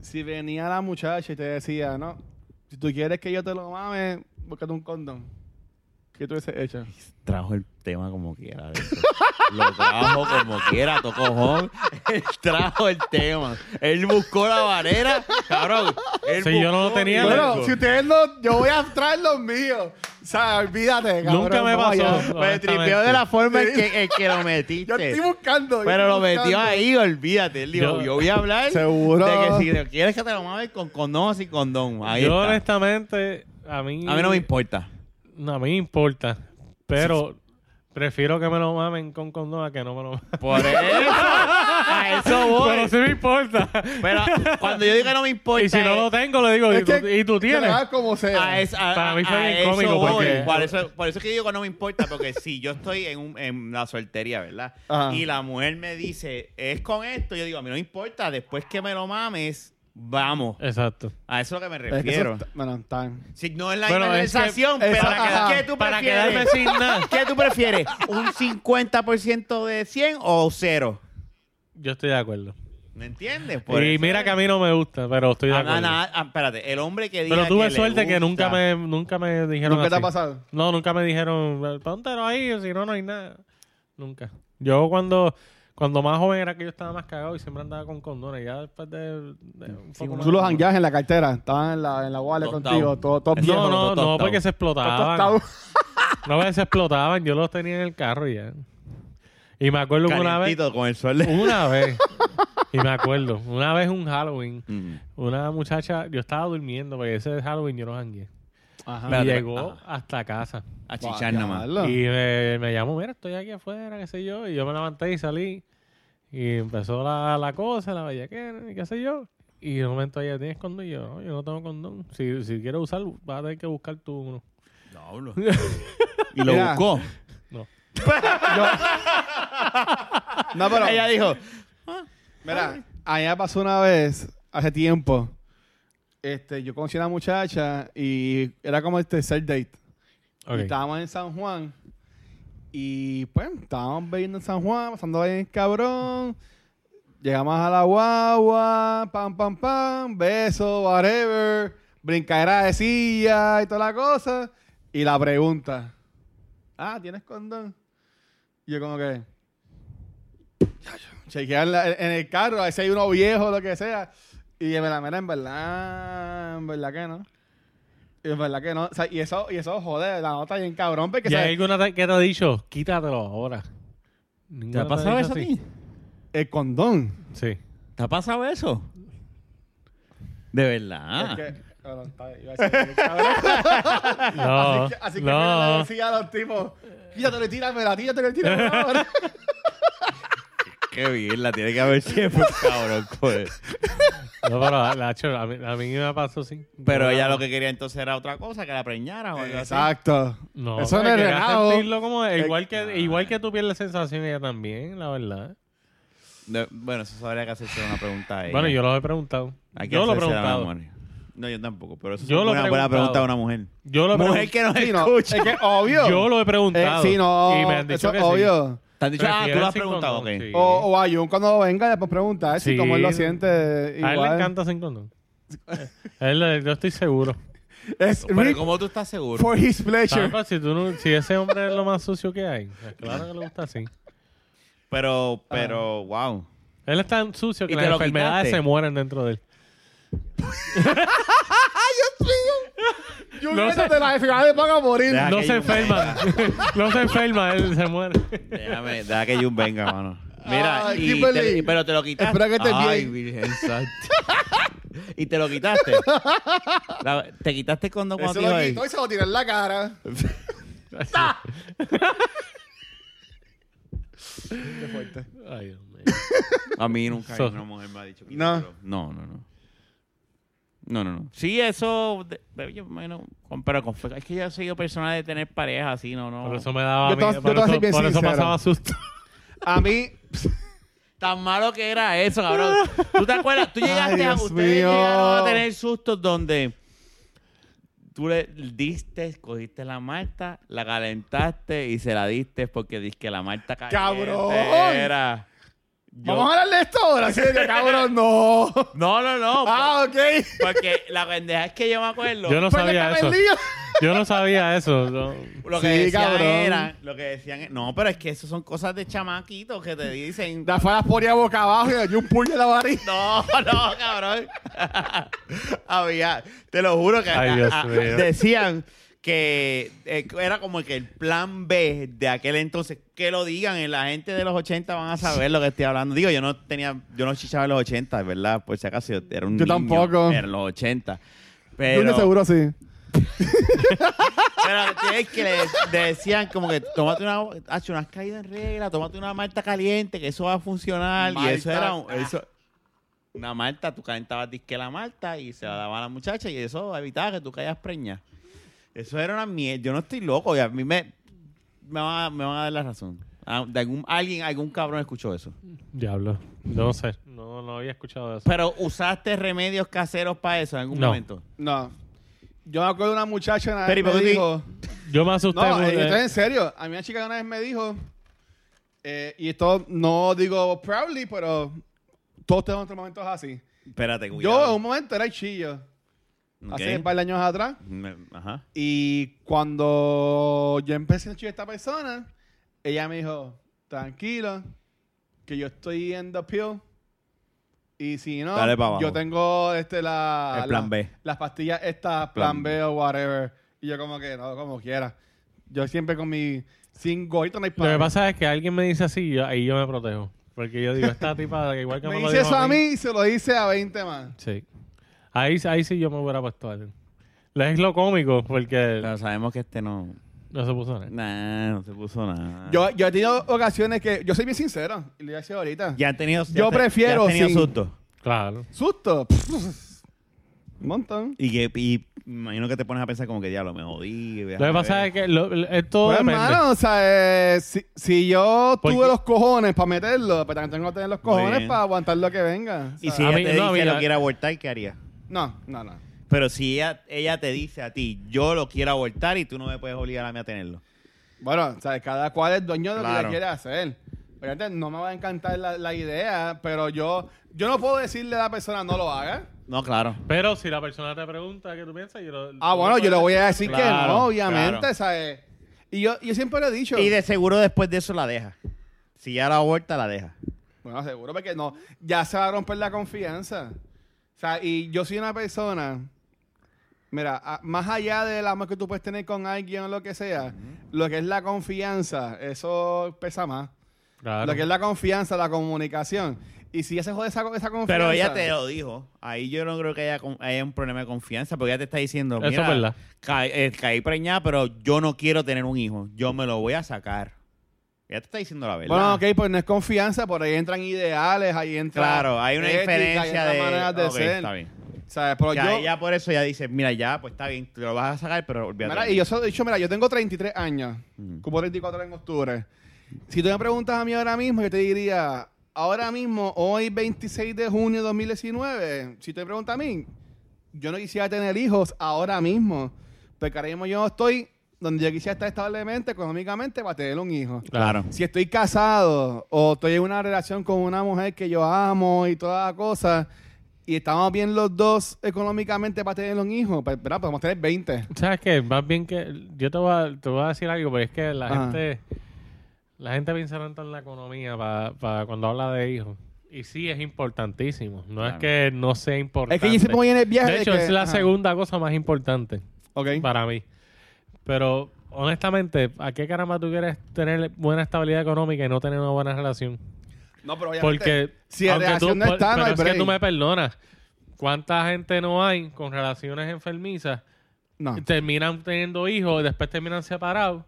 Speaker 2: si venía la muchacha y te decía, no, si tú quieres que yo te lo mame, búscate un condón. ¿Qué tú hubieses hecho?
Speaker 1: Trajo el tema como quiera. de eso. Lo trajo como quiera, tocó home. Él trajo el tema. Él buscó la manera. Cabrón. él
Speaker 3: Si yo no lo
Speaker 1: buscó-
Speaker 3: tenía,
Speaker 1: Bueno,
Speaker 2: Bueno, si ustedes no, yo voy a traer los míos. O sea, olvídate, cabrón.
Speaker 3: Nunca me
Speaker 2: vamos allá.
Speaker 3: pasó.
Speaker 1: me tripeó de la forma en que, en que lo
Speaker 2: Yo estoy
Speaker 1: metiste.
Speaker 2: buscando. yo
Speaker 1: Pero
Speaker 2: estoy
Speaker 1: lo metió
Speaker 2: buscando.
Speaker 1: ahí, olvídate. Él dijo, yo,
Speaker 3: Yo-
Speaker 1: voy a hablar
Speaker 2: Seguro.
Speaker 1: de que si te quieres que te lo mames con condón o sin condón. Ahí
Speaker 3: yo
Speaker 1: está.
Speaker 3: honestamente, a mí...
Speaker 1: A mí no me importa.
Speaker 3: no, a mí me importa, pero prefiero que me lo mamen con condón a que no me lo mamen.
Speaker 1: Por eso. A eso
Speaker 3: Pero
Speaker 1: voy.
Speaker 3: sí me importa.
Speaker 1: Pero cuando yo digo que no me importa.
Speaker 3: y si no
Speaker 1: eh. es-
Speaker 3: lo tengo, le digo,
Speaker 2: Es
Speaker 3: ¿y tú,
Speaker 2: que-
Speaker 3: y tú
Speaker 2: que
Speaker 3: tienes?
Speaker 2: lo hagas como sea.
Speaker 1: A es- a-
Speaker 3: Para mí fue
Speaker 1: a
Speaker 3: bien
Speaker 1: eso
Speaker 3: cómico,
Speaker 1: voy.
Speaker 3: porque-
Speaker 1: Por eso, por eso es que yo digo no me importa, porque si yo estoy en, un- en la soltería, ¿verdad?
Speaker 2: Ajá.
Speaker 1: Y la mujer me dice, es con esto, yo digo, a mí no me importa, después que me lo mames, vamos.
Speaker 3: Exacto.
Speaker 1: A eso es lo que me
Speaker 2: Es que eso
Speaker 1: refiero.
Speaker 2: está- bueno, está bien.
Speaker 1: Si no es la
Speaker 3: Bueno, es que-
Speaker 1: conversación,
Speaker 2: es-
Speaker 1: pero
Speaker 2: ajá.
Speaker 1: ¿qué tú
Speaker 3: Para
Speaker 1: prefieres?
Speaker 3: quedarme sin nada.
Speaker 1: ¿Qué tú prefieres? ¿Un 50% de 100 o cero?
Speaker 3: Yo estoy de acuerdo.
Speaker 1: ¿Me entiendes? Por
Speaker 3: Y
Speaker 1: eso
Speaker 3: mira
Speaker 1: es-
Speaker 3: que a mí no me gusta, pero estoy de
Speaker 1: Ah,
Speaker 3: acuerdo.
Speaker 1: ah, ah, espérate, el hombre que diga
Speaker 3: Pero tuve
Speaker 1: le
Speaker 3: suerte que nunca
Speaker 1: gusta-
Speaker 3: me, nunca me dijeron
Speaker 2: ¿Nunca te ha
Speaker 3: así.
Speaker 2: pasado?
Speaker 3: No, nunca me dijeron, póntelo ahí, si no, no hay nada. Nunca. Yo cuando, cuando más joven era que yo estaba más cagado y siempre andaba con condones. Ya después de... de un poco más-
Speaker 2: Tú los jangueabas en la cartera, estaban en la, en la wallet
Speaker 1: Tostado.
Speaker 2: contigo, todo, todo
Speaker 1: Eso
Speaker 2: viejo,
Speaker 3: No, no,
Speaker 1: Tostado.
Speaker 3: no, porque se
Speaker 2: todo
Speaker 3: explotaban.
Speaker 2: tostado.
Speaker 3: No, porque se explotaban. Yo los tenía en el carro y ya. Y me acuerdo que una vez...
Speaker 1: Calentito, con el sol. de-
Speaker 3: Una vez. Y me acuerdo. Una vez un Halloween.
Speaker 1: Mm.
Speaker 3: Una muchacha... Yo estaba durmiendo porque ese Halloween yo no jangué.
Speaker 2: Ajá.
Speaker 1: Ah, Espérate,
Speaker 3: Y llegó
Speaker 1: ajá.
Speaker 3: hasta casa.
Speaker 1: A chichar nada más.
Speaker 2: Diablo.
Speaker 3: Y me, me llamó, mira, estoy aquí afuera, qué sé yo. Y yo me levanté y salí. Y empezó la, la cosa, la bellaquera, y qué sé yo. Y de momento ella, ¿tienes condón? Y yo, no, yo no tengo condón. Si, si quieres usar, vas a tener que buscar tú uno.
Speaker 1: Diablo. y lo
Speaker 2: Mira.
Speaker 1: buscó.
Speaker 2: No, pero,
Speaker 1: Ella dijo,
Speaker 2: mira, a mí me pasó una vez, hace tiempo, este, yo conocí a una muchacha y era como el tercer date. Y
Speaker 3: Ok.
Speaker 2: estábamos en San Juan y, pues, estábamos bebiendo en San Juan, pasando bien cabrón. Llegamos a la guagua, pam, pam, pam, beso, whatever, brincadera de silla y toda la cosa. Y la pregunta, ah, ¿tienes condón? Y yo como que... Chequear la- en el carro, a ver si hay uno viejo o lo que sea. Y me la mera, en verdad, en verdad que no. Y En verdad que no. O sea, y eso, y eso jode la nota bien cabrón, porque
Speaker 3: ¿Y hay
Speaker 2: ¿sabes?
Speaker 3: alguna te- que te ha dicho? Quítatelo ahora.
Speaker 1: ¿te
Speaker 3: Ninguna
Speaker 1: ha pasado
Speaker 3: dicho
Speaker 1: eso a
Speaker 3: así?
Speaker 1: ti?
Speaker 2: el condón.
Speaker 3: Sí.
Speaker 1: ¿Te ha pasado eso? De
Speaker 3: Ah.
Speaker 1: verdad.
Speaker 2: Es que, bueno, está- iba a decir, cabrón.
Speaker 3: No,
Speaker 2: Así que- Así que mira, le
Speaker 3: no.
Speaker 2: decía a los tipos, quítatele, tíramela, quítatele, tíramela. ahora".
Speaker 1: Qué bien, la tiene que haber siempre, cabrón. coño.
Speaker 3: No, pero a- Nacho, a mí, a mí me pasó sí.
Speaker 1: Pero
Speaker 3: Yo-
Speaker 1: ella lo que quería entonces era otra cosa, que la preñara o algo así.
Speaker 2: Exacto.
Speaker 3: No,
Speaker 2: Eso
Speaker 3: pero
Speaker 2: no es
Speaker 3: quería
Speaker 2: relajo.
Speaker 3: sentirlo como eh, igual que
Speaker 1: Ah.
Speaker 3: igual que tú pierdes sensación ella también, la verdad.
Speaker 1: De- bueno, eso habría que hacerse una pregunta a ella.
Speaker 3: Bueno, yo lo he preguntado.
Speaker 1: Hay que
Speaker 3: Yo lo he
Speaker 1: hacérsela a una
Speaker 3: preguntado.
Speaker 1: mujer. No, yo tampoco, pero eso
Speaker 3: Yo
Speaker 1: es
Speaker 3: lo he
Speaker 1: una buena pregunta a
Speaker 3: preguntado.
Speaker 1: una mujer.
Speaker 3: Yo lo he
Speaker 1: Mujer
Speaker 3: preguntado.
Speaker 1: que nos
Speaker 2: Sí, no,
Speaker 1: escucha.
Speaker 2: Es que obvio.
Speaker 3: Yo lo he
Speaker 2: Eh,
Speaker 3: preguntado.
Speaker 2: sí, no.
Speaker 3: Y me han dicho
Speaker 2: eso
Speaker 3: que
Speaker 2: es
Speaker 3: sí.
Speaker 2: obvio. Oh,
Speaker 1: Te han dicho, ah, tú lo has
Speaker 3: Prefieren sin
Speaker 1: preguntado, ok.
Speaker 3: condón, sí.
Speaker 2: O, o a Jun cuando venga después preguntar si
Speaker 3: Sí.
Speaker 2: cómo él lo siente. Igual.
Speaker 3: A él le encanta sin condón. A él le- yo estoy seguro.
Speaker 2: Es
Speaker 1: Pero
Speaker 2: Rick
Speaker 1: ¿cómo tú estás seguro?
Speaker 2: for his pleasure.
Speaker 3: Tampa, si, tú no- si ese hombre es lo más sucio que hay, pues claro que le gusta así.
Speaker 1: Pero, pero,
Speaker 3: Ah.
Speaker 1: wow.
Speaker 3: Él es tan sucio que
Speaker 1: ¿Y
Speaker 3: las
Speaker 1: te lo
Speaker 3: enfermedades
Speaker 1: quitaste?
Speaker 3: se mueren dentro de él.
Speaker 2: Jun,
Speaker 3: No
Speaker 2: no
Speaker 3: sé.
Speaker 2: de las enfermedades van a morir.
Speaker 1: Deja- Ah,
Speaker 3: No
Speaker 1: que
Speaker 3: se
Speaker 1: yo-
Speaker 3: enferma. no se enferma, él se muere.
Speaker 1: Déjame, deja que Jun venga, mano. Mira,
Speaker 2: Ay,
Speaker 1: y
Speaker 2: Ah, Kimberly.
Speaker 1: te- pero te lo quitaste.
Speaker 2: Espera que estés
Speaker 1: Ay,
Speaker 2: bien.
Speaker 1: Virgen Santa. y te lo quitaste. La- te quitaste cuando
Speaker 2: Eso
Speaker 1: cuando
Speaker 2: lo
Speaker 1: te
Speaker 2: quitó y se lo tiró en la cara. ¡Ah! Qué fuerte.
Speaker 3: Ay, Dios mío.
Speaker 1: A mí nunca
Speaker 3: So-
Speaker 1: una mujer me ha dicho
Speaker 2: No.
Speaker 1: quítatelo. No, no, no. No, no, no. Sí, eso. de- pero yo, bueno, con- pero con- es que yo he sido persona de tener pareja así, no, no.
Speaker 3: Por eso me daba
Speaker 2: Yo te-
Speaker 3: miedo,
Speaker 2: yo
Speaker 3: Por,
Speaker 2: te voy a
Speaker 3: eso,
Speaker 2: ser bien
Speaker 3: por eso
Speaker 2: sincero.
Speaker 3: pasaba susto.
Speaker 2: A mí,
Speaker 1: Tan malo que era eso, cabrón. ¿Tú te acuerdas? Tú llegaste
Speaker 2: Ay,
Speaker 1: a.
Speaker 2: Dios
Speaker 1: Ustedes
Speaker 2: mío.
Speaker 1: llegaron a tener sustos donde tú le diste, cogiste la malta, la calentaste y se la diste porque diste que la malta caliente
Speaker 2: ¡Cabrón!
Speaker 1: Era. Yo-
Speaker 2: vamos a hablar de esto ahora. Así de que, cabrón, no.
Speaker 1: No, no, no.
Speaker 2: Ah, ok.
Speaker 1: Porque la pendeja es que yo me acuerdo.
Speaker 3: Yo no
Speaker 2: Pues
Speaker 3: sabía
Speaker 2: déjame
Speaker 3: eso.
Speaker 2: el lío.
Speaker 3: Yo no sabía eso. no.
Speaker 1: Lo que
Speaker 2: Sí,
Speaker 1: decían
Speaker 2: cabrón.
Speaker 1: era- lo que decían, e- no, pero es que eso son cosas de chamaquitos que te dicen, no,
Speaker 2: Rafa las ponía boca abajo y le dio un puño en la barriga.
Speaker 1: no, cabrón. Había, te lo juro que
Speaker 3: Ay,
Speaker 1: a-
Speaker 3: Dios
Speaker 1: a-
Speaker 3: mío.
Speaker 1: decían que eh, era como que el plan B de aquel entonces, que lo digan, eh, la gente de los 80 van a saber lo que estoy hablando. Digo, yo no tenía, yo no chichaba en los 80, ¿verdad? Por si acaso yo era un
Speaker 2: Yo
Speaker 1: niño
Speaker 2: tampoco.
Speaker 1: en los 80.
Speaker 2: Jun de
Speaker 1: Pero,
Speaker 2: seguro sí.
Speaker 1: Pero tienes que le le decían como que tómate una, haz unas caídas en regla, tómate una malta caliente, que eso va a funcionar. Y eso
Speaker 2: Malta.
Speaker 1: era un- eso- una malta, tú calentabas disque la malta y se la daba a la muchacha y eso evitaba que tú caías preña. Eso era una mierda. Yo no estoy loco y a mí me, me, van, a, me van a dar la razón. Ah, De algún, alguien, algún cabrón escuchó eso.
Speaker 3: Diablo. No sé. No, no había escuchado
Speaker 2: Pues,
Speaker 3: eso.
Speaker 1: Pero usaste remedios caseros para eso en algún
Speaker 3: No.
Speaker 1: momento.
Speaker 2: No. Yo me acuerdo de una muchacha una vez
Speaker 1: Pero, ¿y por
Speaker 2: me
Speaker 1: qué te-
Speaker 2: dijo...
Speaker 3: Yo me asusté.
Speaker 2: No,
Speaker 3: porque-
Speaker 2: eh, esto es en serio. A mí una chica una vez me dijo, eh, y esto no digo proudly, pero todos tenemos otros momentos así.
Speaker 1: Espérate,
Speaker 2: Yo en
Speaker 1: cuidado.
Speaker 2: un momento era el chillo,
Speaker 1: Ok.
Speaker 2: hace un par de años atrás.
Speaker 1: Me- Ajá.
Speaker 2: Y cuando yo empecé a chillar a esta persona, ella me dijo, tranquilo, que yo estoy en the pill. Y si no,
Speaker 1: Dale pa' abajo.
Speaker 2: yo tengo este, la,
Speaker 1: El plan
Speaker 2: la-
Speaker 1: B.
Speaker 2: las pastillas estas, plan,
Speaker 1: Plan
Speaker 2: B o whatever. Y yo como que, no, como quiera. Yo siempre con mi sin gorrito no hay
Speaker 3: Lo
Speaker 2: plan.
Speaker 3: que pasa es que alguien me dice así y yo, ahí yo me protejo. Porque yo digo, esta tipa, igual que
Speaker 2: me
Speaker 3: lo
Speaker 2: dice
Speaker 3: dijo
Speaker 2: eso a mí y se lo dice a 20 más.
Speaker 3: Sí. Ahí, ahí sí yo me hubiera puesto a él. Es lo cómico porque
Speaker 1: Pero sabemos que este no...
Speaker 3: no se puso nada.
Speaker 1: Nah, no se puso nada.
Speaker 2: Yo, yo he tenido ocasiones que, yo soy bien sincero, y le voy a decir ahorita.
Speaker 1: ya han tenido.
Speaker 2: Yo
Speaker 1: Ya
Speaker 2: prefiero
Speaker 1: han tenido
Speaker 2: sin-
Speaker 1: susto.
Speaker 3: Claro.
Speaker 2: Susto. Un montón.
Speaker 1: Y que y me imagino que te pones a pensar como que diablo, me jodí.
Speaker 3: Lo que pasa es que lo- esto
Speaker 2: Pues,
Speaker 3: depende.
Speaker 2: hermano, o sea, eh, si, si yo
Speaker 3: ¿Por
Speaker 2: tuve
Speaker 3: qué?
Speaker 2: los cojones para meterlo, pero también tengo que tener los
Speaker 1: Pues Muy
Speaker 2: cojones
Speaker 1: bien.
Speaker 2: para aguantar lo que venga.
Speaker 1: Y
Speaker 2: O sea,
Speaker 1: si
Speaker 3: A
Speaker 1: ella
Speaker 3: mí-
Speaker 1: te
Speaker 3: no, a mí
Speaker 1: dice
Speaker 3: la-
Speaker 1: lo quiere abortar, ¿qué haría?
Speaker 2: No, no, no.
Speaker 1: Pero si ella, ella te dice a ti, yo lo quiero abortar y tú no me puedes obligar a mí a tenerlo.
Speaker 2: Bueno, o sea, cada cual es dueño de lo que
Speaker 1: Claro.
Speaker 2: ella quiere hacer. Obviamente, no me va a encantar la, la idea, pero yo, yo no puedo decirle a la persona no lo haga.
Speaker 1: No, claro.
Speaker 3: Pero si la persona te pregunta qué tú piensas, yo lo-
Speaker 2: Ah, bueno, yo le voy a decir que
Speaker 1: Claro,
Speaker 2: no, obviamente,
Speaker 1: claro.
Speaker 2: ¿sabes? Y yo, yo siempre le he dicho.
Speaker 1: Y de seguro después de eso la deja. Si ya la aborta, la deja.
Speaker 2: Bueno, seguro, porque no. Ya se va a romper la confianza. O sea, y yo soy una persona. Mira, a- más allá del amor que tú puedes tener con alguien o lo que sea, lo que es la confianza, eso pesa más.
Speaker 3: Claro.
Speaker 2: Lo que es la confianza, la comunicación. Y si ya se jode esa, esa confianza.
Speaker 1: Pero ella te lo dijo. Ahí yo no creo que haya, con- haya un problema de confianza, porque ella te está diciendo,
Speaker 3: Eso es
Speaker 1: mira,
Speaker 3: verdad.
Speaker 1: ca- eh, caí preñada, pero yo no quiero tener un hijo. Yo me lo voy a sacar. Ella te está diciendo la verdad.
Speaker 2: Bueno, ok, pues no es confianza, por ahí entran ideales, ahí entra.
Speaker 1: Claro, hay una
Speaker 2: ética, ahí
Speaker 1: diferencia
Speaker 2: entran
Speaker 1: de...
Speaker 2: maneras de
Speaker 1: Ok,
Speaker 2: ser.
Speaker 1: está bien.
Speaker 2: ¿Sabes? Pero
Speaker 1: Que
Speaker 2: yo.
Speaker 1: ahí ya por eso ya dice, mira, ya, pues está bien, te lo vas a sacar, pero olvídate.
Speaker 2: Mira, y yo se lo he dicho, mira, yo tengo 33 años,
Speaker 1: Ujú.
Speaker 2: cupo 34 en octubre. Si tú me preguntas a mí ahora mismo, yo te diría, ahora mismo, hoy 26 de junio de 2019, si tú me preguntas a mí, yo no quisiera tener hijos ahora mismo, porque ahora mismo yo estoy donde yo quisiera estar establemente, económicamente, para tener un hijo.
Speaker 1: Claro.
Speaker 2: Si estoy casado o estoy en una relación con una mujer que yo amo y toda la cosa, y estamos bien los dos económicamente para tener un hijo, pues, ¿verdad? Podemos tener 20.
Speaker 3: ¿Sabes qué? Más bien que yo te voy a, te voy a decir algo, pero es que la
Speaker 2: Ajá.
Speaker 3: gente la gente piensa tanto en la economía para cuando habla de hijos. Y sí, es importantísimo. No es
Speaker 1: Claro.
Speaker 3: que no sea
Speaker 2: Es
Speaker 3: importante.
Speaker 2: que yo siempre voy en el viaje.
Speaker 3: de hecho,
Speaker 2: que-
Speaker 3: es la
Speaker 2: ajá.
Speaker 3: segunda cosa más importante
Speaker 2: Ok.
Speaker 3: para mí. Pero, honestamente, ¿a qué caramba tú quieres tener buena estabilidad económica y no tener una buena relación?
Speaker 2: No, pero obviamente,
Speaker 3: Porque
Speaker 2: si la
Speaker 3: aunque tú-
Speaker 2: relación no
Speaker 3: por-
Speaker 2: está, no
Speaker 3: pero
Speaker 2: hay
Speaker 3: es que
Speaker 2: break.
Speaker 3: tú me perdonas. ¿Cuánta gente no hay con relaciones enfermizas?
Speaker 2: No.
Speaker 3: Terminan teniendo hijos y después terminan separados.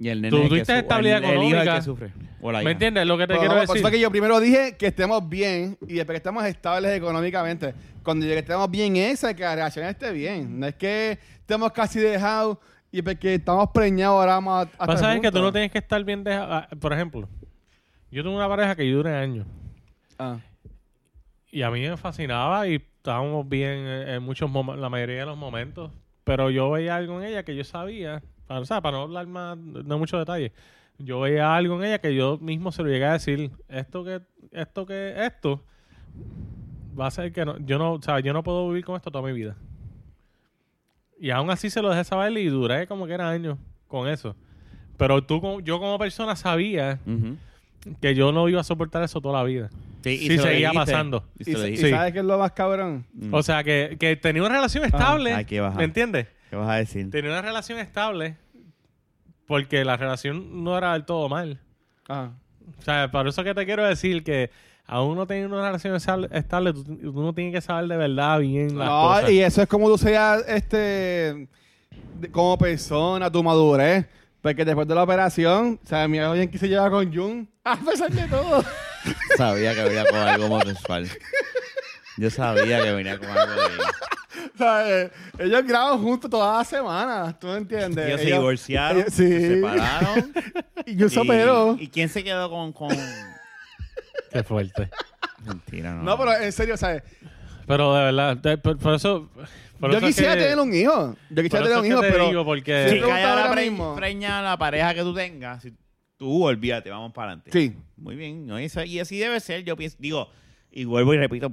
Speaker 1: Y el nene
Speaker 3: Tú-
Speaker 1: es el
Speaker 3: tú
Speaker 1: que
Speaker 3: dices
Speaker 1: su-
Speaker 3: estabilidad
Speaker 1: el- el hijo es el
Speaker 3: económica.
Speaker 1: que sufre. O la
Speaker 3: ¿Me
Speaker 1: hija.
Speaker 3: entiendes? Lo que te
Speaker 2: Pero
Speaker 3: quiero
Speaker 2: vamos, Por
Speaker 3: decir.
Speaker 2: eso fue que yo primero dije que estemos bien y después que estemos estables económicamente. Cuando yo digo que estemos bien esa, que la relación esté bien. No es que estemos casi dejados y porque estamos preñados ahora vamos a... a
Speaker 3: Pasa
Speaker 2: estar
Speaker 3: es que tú
Speaker 2: juntos.
Speaker 3: no tienes que estar bien dejado. Ah, Por ejemplo, yo tuve una pareja que yo duré años.
Speaker 2: Ah.
Speaker 3: Y a mí me fascinaba y estábamos bien en, en muchos mom- la mayoría de los momentos. Pero yo veía algo en ella que yo sabía, para, o sea, para no hablar más, no mucho detalle, yo veía algo en ella que yo mismo se lo llegué a decir, esto que, esto que, esto va a ser que no, yo no, o sea, yo no puedo vivir con esto toda mi vida. Y aún así se lo dejé saber y duré como que era años con eso. Pero tú, como- yo como persona sabía
Speaker 1: Ujú.
Speaker 3: que yo no iba a soportar eso toda la vida.
Speaker 1: Sí,
Speaker 3: Sí,
Speaker 1: se lo
Speaker 3: seguía
Speaker 1: dijiste.
Speaker 3: pasando.
Speaker 1: Y se
Speaker 2: Y,
Speaker 1: lo
Speaker 2: sa- y
Speaker 1: dijiste.
Speaker 3: Sí.
Speaker 2: ¿sabes qué es lo más cabrón?
Speaker 1: Mm. Ah,
Speaker 3: O sea, que, que tenía una relación estable.
Speaker 1: hay que bajar.
Speaker 3: ¿Me entiendes?
Speaker 1: ¿Qué vas a decir?
Speaker 3: Tenía una relación estable porque la relación no era del todo mal.
Speaker 1: Ah.
Speaker 2: Ajá.
Speaker 3: O sea, por eso que te quiero decir que aún no teniendo una relación esal- estable, tú, tú no tienes que saber de verdad bien las
Speaker 2: No,
Speaker 3: cosas.
Speaker 2: y eso es como tú seas este, de- como persona, tu madurez. Porque después de la operación, o sea, mira bien que se lleva con Jun. A pesar de todo.
Speaker 1: Sabía que venía con algo homosexual. Yo sabía que venía con algo de...
Speaker 2: ¿Sabes? eh, Ellos graban juntos todas las semanas, ¿tú me entiendes?
Speaker 1: Ellos se divorciaron,
Speaker 2: ellos- sí.
Speaker 1: se separaron.
Speaker 2: Y yo se operó.
Speaker 1: ¿Y quién se quedó con...? con...
Speaker 3: Qué fuerte.
Speaker 1: Mentira, no. eh,
Speaker 2: No, pero en serio, ¿sabes?
Speaker 3: Pero de verdad, de- por, por eso... por
Speaker 2: yo
Speaker 3: eso es
Speaker 2: quisiera
Speaker 3: que-
Speaker 2: tener un hijo. Yo
Speaker 3: por
Speaker 2: quisiera tener
Speaker 3: eso es
Speaker 2: un
Speaker 3: que
Speaker 2: hijo,
Speaker 3: te
Speaker 2: pero...
Speaker 3: digo, porque...
Speaker 2: Sí,
Speaker 1: Si
Speaker 2: pregunto
Speaker 1: cae a la
Speaker 2: ahora
Speaker 1: pre-
Speaker 2: mismo.
Speaker 1: preña a la pareja que tú tengas, si tú olvídate, vamos para adelante.
Speaker 2: Sí.
Speaker 1: Muy bien, ¿no? Eso- y así debe ser, yo pienso, digo, y vuelvo y repito,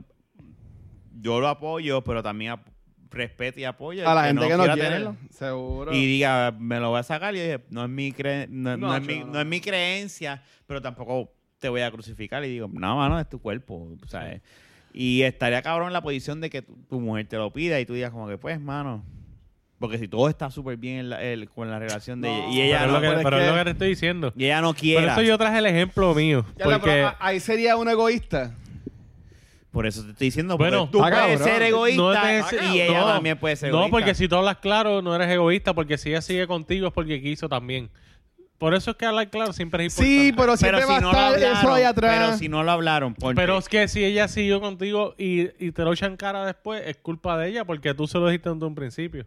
Speaker 1: yo lo apoyo, pero también ap- respeto y apoyo
Speaker 2: A
Speaker 1: el
Speaker 2: la gente que no
Speaker 1: quiera
Speaker 2: quiere,
Speaker 1: tenerlo.
Speaker 2: seguro.
Speaker 1: Y diga, me lo voy a sacar, y yo dije, no es mi, cre- no,
Speaker 2: No,
Speaker 1: no es
Speaker 2: yo
Speaker 1: mi,
Speaker 2: no.
Speaker 1: no es mi creencia, pero tampoco te voy a crucificar. Y digo, no, mano, es tu cuerpo, ¿sabes? Y estaría cabrón la posición de que tu, tu mujer te lo pida y tú digas como que, pues, mano, porque si todo está súper bien en la- el- con la relación de
Speaker 2: No,
Speaker 1: ella, y
Speaker 3: Pero,
Speaker 1: ella
Speaker 3: es
Speaker 1: no,
Speaker 3: lo que,
Speaker 2: pero es
Speaker 3: pero es
Speaker 2: que-
Speaker 3: lo que te estoy diciendo.
Speaker 1: y ella no
Speaker 3: Por
Speaker 1: quiera.
Speaker 3: eso yo traje el ejemplo mío.
Speaker 2: Ya la-
Speaker 3: porque...
Speaker 2: pero a- ahí sería un egoísta.
Speaker 1: Por eso te estoy diciendo,
Speaker 3: Bueno,
Speaker 1: porque tú
Speaker 2: Ah,
Speaker 1: puedes
Speaker 2: cabrón.
Speaker 1: ser egoísta
Speaker 3: No dejes-
Speaker 1: y ella
Speaker 3: Ah, no,
Speaker 1: también puede ser
Speaker 3: No,
Speaker 1: egoísta.
Speaker 3: porque si tú hablas claro, no eres egoísta, porque si ella sigue contigo es porque quiso también. Por eso es que hablar claro siempre es
Speaker 2: Sí,
Speaker 3: importante.
Speaker 2: pero siempre
Speaker 1: pero
Speaker 2: va
Speaker 1: si no
Speaker 2: a
Speaker 1: lo
Speaker 2: estar eso ahí
Speaker 1: hablaron,
Speaker 2: atrás.
Speaker 1: pero si no lo hablaron, ponte.
Speaker 3: Pero es que si ella siguió contigo y, y te lo echan cara después, es culpa de ella porque tú se lo dijiste desde un principio.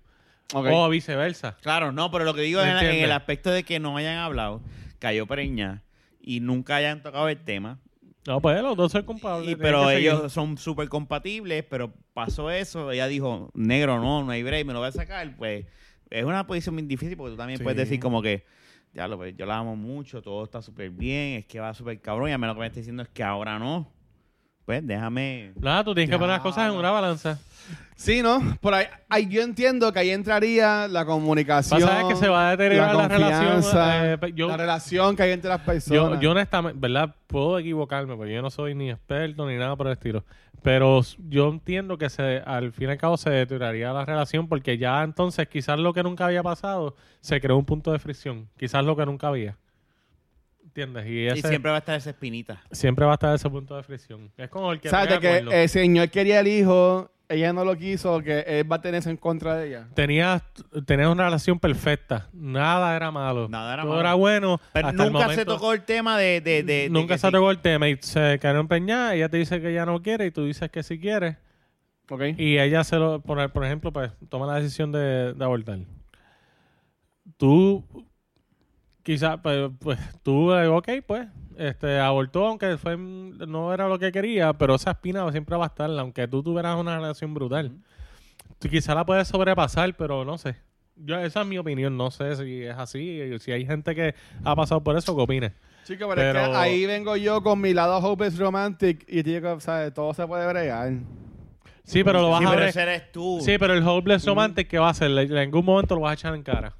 Speaker 2: Ok.
Speaker 3: O viceversa.
Speaker 1: Claro, no, pero lo que digo
Speaker 3: ¿Me
Speaker 1: es en,
Speaker 3: entiendes?
Speaker 1: el aspecto de que no hayan hablado, cayó preña y nunca hayan tocado el tema.
Speaker 3: No, pues los dos son culpables.
Speaker 1: Y,
Speaker 3: tienen
Speaker 1: pero
Speaker 3: que seguir.
Speaker 1: ellos son súper compatibles, pero pasó eso, ella dijo, negro, no, no hay break, me lo voy a sacar. Pues es una posición bien difícil porque tú también
Speaker 3: Sí.
Speaker 1: puedes decir como que, ya lo, pues, yo la amo mucho, todo está súper bien, es que va súper cabrón, y a mí lo que me está diciendo es que ahora no. Pues déjame...
Speaker 3: Nada, tú tienes que poner las cosas en una balanza.
Speaker 2: Sí, ¿no? Por ahí, ahí yo entiendo que ahí entraría la comunicación.
Speaker 3: Pasa es que se va a deteriorar la
Speaker 2: confianza,
Speaker 3: relación, eh, yo-
Speaker 2: la relación que hay entre las personas.
Speaker 3: Yo, yo honestamente, ¿verdad? Puedo equivocarme porque yo no soy ni experto ni nada por el estilo. Pero s- yo entiendo que se, al fin y al cabo se deterioraría la relación porque ya entonces quizás lo que nunca había pasado se creó un punto de fricción. Quizás lo que nunca había. ¿Entiendes? Y,
Speaker 1: Y
Speaker 3: ese, siempre...
Speaker 1: siempre va a estar esa espinita.
Speaker 3: va a estar ese punto de fricción. Es como el que.
Speaker 2: ¿Sabes?
Speaker 3: pega
Speaker 2: De que
Speaker 3: cuernos.
Speaker 2: el señor quería el hijo, ella no lo quiso, que él va a tener eso en contra de ella.
Speaker 3: Tenías, tenías una relación perfecta. Nnada era malo.
Speaker 1: Nada era
Speaker 3: Todo
Speaker 1: malo.
Speaker 3: era bueno.
Speaker 1: Pero
Speaker 3: hasta el
Speaker 1: nunca se
Speaker 3: momento-
Speaker 1: tocó el tema de. de- de- de
Speaker 3: Nunca
Speaker 1: que
Speaker 3: se
Speaker 1: sí.
Speaker 3: tocó el tema y se quedaron empeñadas. Ella te dice que ya no quiere y tú dices que sí quiere.
Speaker 2: ¿Ok?
Speaker 3: Y ella se lo, por, por ejemplo, pues toma la decisión de, de abortar. Tú, quizás, pues, pues, tú, eh, ok, pues, este, abortó, aunque fue, no era lo que quería, pero esa espina siempre va a estar, aunque tú tuvieras una relación brutal. Tú quizás la puedes sobrepasar, pero no sé. Yo, esa es mi opinión, no sé si es así, y si hay gente que ha pasado por eso, que opine.
Speaker 2: Chico, pero, es
Speaker 3: Pero-
Speaker 2: que ahí vengo yo con mi lado Hope is Romantic y te digo, ¿sabes? Todo se puede bregar.
Speaker 3: Sí, pero lo vas
Speaker 1: Sí,
Speaker 3: a
Speaker 1: pero
Speaker 3: ver.
Speaker 1: ese eres tú.
Speaker 3: Sí, pero el hopeless romantic, ¿qué va a hacer? Le- En algún momento lo vas a echar en cara.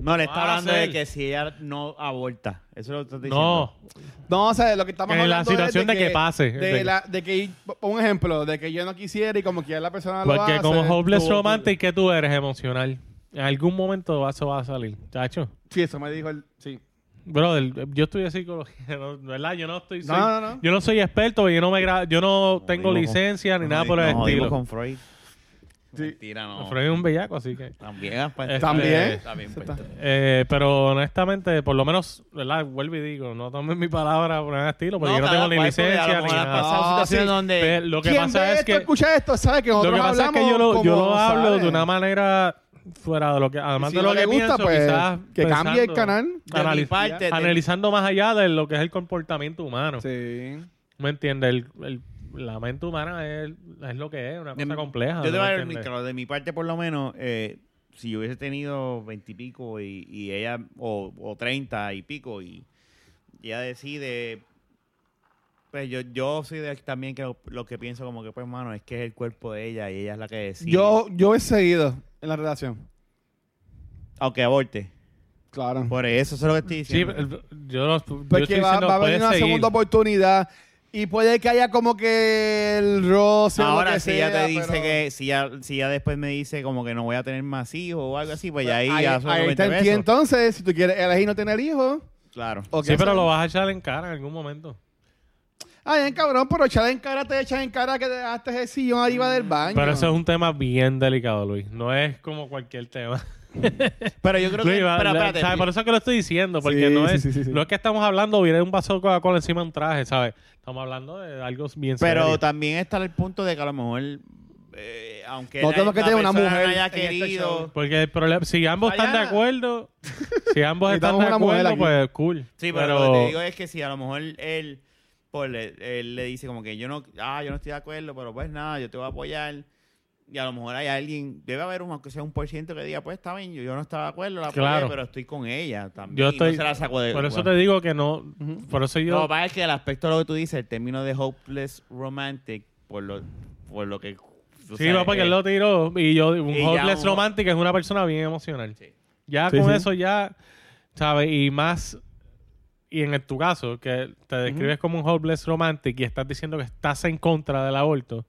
Speaker 1: no, le está
Speaker 3: vas a
Speaker 1: hablando de
Speaker 3: hacer.
Speaker 1: que si ella no aborta. Eso lo estás diciendo.
Speaker 3: No.
Speaker 2: No, o sea, lo que estamos
Speaker 3: Que la
Speaker 2: hablando
Speaker 3: situación
Speaker 2: es
Speaker 3: de que pase.
Speaker 2: De,
Speaker 3: De-
Speaker 2: la- de que, un ejemplo, de que yo no quisiera y como quiera la persona Ah, lo
Speaker 3: Porque
Speaker 2: hace.
Speaker 3: como hopeless
Speaker 2: tú- tú-
Speaker 3: romantic, ¿qué tú eres? Emocional. En algún momento eso va a salir, chacho.
Speaker 2: Sí, eso me dijo el... Sí.
Speaker 3: Brother, yo estudié psicología, ¿no? ¿verdad? Yo no estoy...
Speaker 2: No,
Speaker 3: soy-
Speaker 2: no, no.
Speaker 3: Yo no soy experto, yo no, me gra- yo no
Speaker 1: Nos
Speaker 3: tengo
Speaker 1: jodimos con-
Speaker 3: licencia ni
Speaker 1: nos
Speaker 3: nada
Speaker 1: jodi-
Speaker 3: por el
Speaker 1: nos jodimos
Speaker 3: estilo.
Speaker 1: con Freud.
Speaker 2: Sí.
Speaker 1: Mentira, no.
Speaker 3: Freud es un bellaco, así que...
Speaker 1: También. pues,
Speaker 3: Este,
Speaker 2: También.
Speaker 1: También.
Speaker 2: Se
Speaker 1: pues,
Speaker 2: está-
Speaker 3: eh, pero honestamente, por lo menos, ¿verdad? Vuelvo y digo, no tomen mi palabra por nada estilo, porque
Speaker 1: No,
Speaker 3: yo no tengo
Speaker 1: cada
Speaker 3: ni
Speaker 1: cual, porque a
Speaker 3: licencia
Speaker 1: lo
Speaker 3: ni
Speaker 1: mejor
Speaker 3: nada.
Speaker 1: ha pasado
Speaker 2: Ah,
Speaker 1: situaciones
Speaker 2: sí.
Speaker 1: donde-
Speaker 3: Pero Lo que
Speaker 2: ¿Quién
Speaker 3: pasa
Speaker 2: ve
Speaker 3: es
Speaker 2: esto,
Speaker 3: que...
Speaker 2: escucha esto, sabe que nosotros
Speaker 3: lo que pasa es
Speaker 2: hablamos
Speaker 3: que yo lo, yo
Speaker 2: como
Speaker 3: lo hablo
Speaker 2: sale.
Speaker 3: de una manera fuera de lo que además
Speaker 2: Si
Speaker 3: de lo
Speaker 2: no
Speaker 3: que
Speaker 2: le gusta,
Speaker 3: pienso,
Speaker 2: pues,
Speaker 3: quizás
Speaker 2: que
Speaker 3: pensando-
Speaker 2: cambie el canal.
Speaker 1: De mi
Speaker 3: Analiz-
Speaker 1: parte, de-
Speaker 3: analizando más allá de lo que es el comportamiento humano
Speaker 2: Sí.
Speaker 3: me entiendes el, el- la mente humana es, es lo que es una
Speaker 1: de
Speaker 3: cosa
Speaker 1: mi-
Speaker 3: compleja
Speaker 1: Em, Yo te voy
Speaker 3: ¿no
Speaker 1: a
Speaker 3: me
Speaker 1: dar el
Speaker 3: entiendes?
Speaker 1: micro. De mi parte, por lo menos, eh, si yo hubiese tenido veintipico y, pico y ella, o treinta y pico, y ella decide. Pues yo, yo soy de- también que lo, lo que pienso, como que, pues, mano, es que es el cuerpo de ella y ella es la que decide.
Speaker 2: Yo, yo he seguido en la relación.
Speaker 1: Aunque aborte.
Speaker 2: Claro.
Speaker 1: Por eso, eso es lo que estoy
Speaker 3: sí
Speaker 1: diciendo.
Speaker 3: el- yo no Pues, yo estoy
Speaker 2: Porque Pues va,
Speaker 3: diciendo
Speaker 2: va a
Speaker 3: puedes
Speaker 2: venir una
Speaker 3: seguir.
Speaker 2: segunda oportunidad y puede que haya como que el roce. o lo
Speaker 1: Ahora,
Speaker 2: que
Speaker 1: si ella
Speaker 2: sea,
Speaker 1: te dice
Speaker 2: pero-
Speaker 1: que, si ya, si ya después me dice como que no voy a tener más hijos o algo así, pues ya ahí,
Speaker 2: ahí,
Speaker 1: ya son
Speaker 2: ahí
Speaker 1: 20
Speaker 2: está el
Speaker 1: pesos.
Speaker 2: pie, entonces, si tú quieres elegir no tener hijos.
Speaker 1: Claro.
Speaker 2: o
Speaker 3: sí
Speaker 2: qué
Speaker 3: pero
Speaker 2: sé.
Speaker 3: lo vas a echar en cara en algún momento
Speaker 2: Ay, en cabrón, pero echar en cara te echas en cara que dejaste el sillón arriba del baño.
Speaker 3: pero eso es un tema bien delicado Luis no es como cualquier tema
Speaker 1: Pero yo creo que.
Speaker 3: Luis, va-
Speaker 1: espera,
Speaker 3: la-
Speaker 1: espérate.
Speaker 3: ¿sabes? Por eso es que lo estoy diciendo, porque
Speaker 2: Sí,
Speaker 3: no,
Speaker 2: sí,
Speaker 3: es,
Speaker 2: sí, sí, sí.
Speaker 3: no es que estamos hablando, viene un vaso de Coca-Cola encima de un traje, ¿sabes? Estamos hablando de algo bien
Speaker 1: Pero
Speaker 3: serio.
Speaker 1: también está el punto de que a lo mejor, eh, aunque
Speaker 2: No
Speaker 1: la-
Speaker 2: tenemos que
Speaker 1: la
Speaker 2: tener una
Speaker 1: persona
Speaker 2: mujer
Speaker 1: no haya
Speaker 2: en este
Speaker 1: querido.
Speaker 2: show.
Speaker 3: Porque el problema, si ambos están de
Speaker 1: Allá.
Speaker 3: acuerdo, si ambos están
Speaker 2: Necesitamos
Speaker 3: de
Speaker 2: una mujer
Speaker 3: acuerdo,
Speaker 2: aquí.
Speaker 3: pues cool.
Speaker 1: sí, pero, lo que te digo es que si a lo mejor él, pues, le- él le dice como que yo no, ah, yo no estoy de acuerdo, pero pues nada, yo te voy a apoyar. Y a lo mejor hay alguien, debe haber un, aunque sea un por ciento que diga, pues está bien, yo, yo no estaba de acuerdo, la apoyé,
Speaker 3: Claro.
Speaker 1: pero estoy con ella también.
Speaker 3: Yo
Speaker 1: y
Speaker 3: estoy-
Speaker 1: no se la saco de-
Speaker 3: por eso
Speaker 1: bueno.
Speaker 3: te digo que no, por eso
Speaker 1: Lo
Speaker 3: yo...
Speaker 1: que pasa es que el aspecto de lo que tú dices, el término de hopeless romantic, por lo, por lo que. o
Speaker 3: sí,
Speaker 1: sea,
Speaker 3: no, porque
Speaker 1: eh,
Speaker 3: él lo tiró y yo, un
Speaker 1: y ya
Speaker 3: hopeless
Speaker 1: uno-
Speaker 3: romántico es una persona bien emocional.
Speaker 1: Sí.
Speaker 3: Ya
Speaker 2: Sí,
Speaker 3: con
Speaker 2: sí.
Speaker 3: eso ya, ¿sabes? Y más, y en el- tu caso, que te describes como un hopeless romantic y estás diciendo que estás en contra del aborto.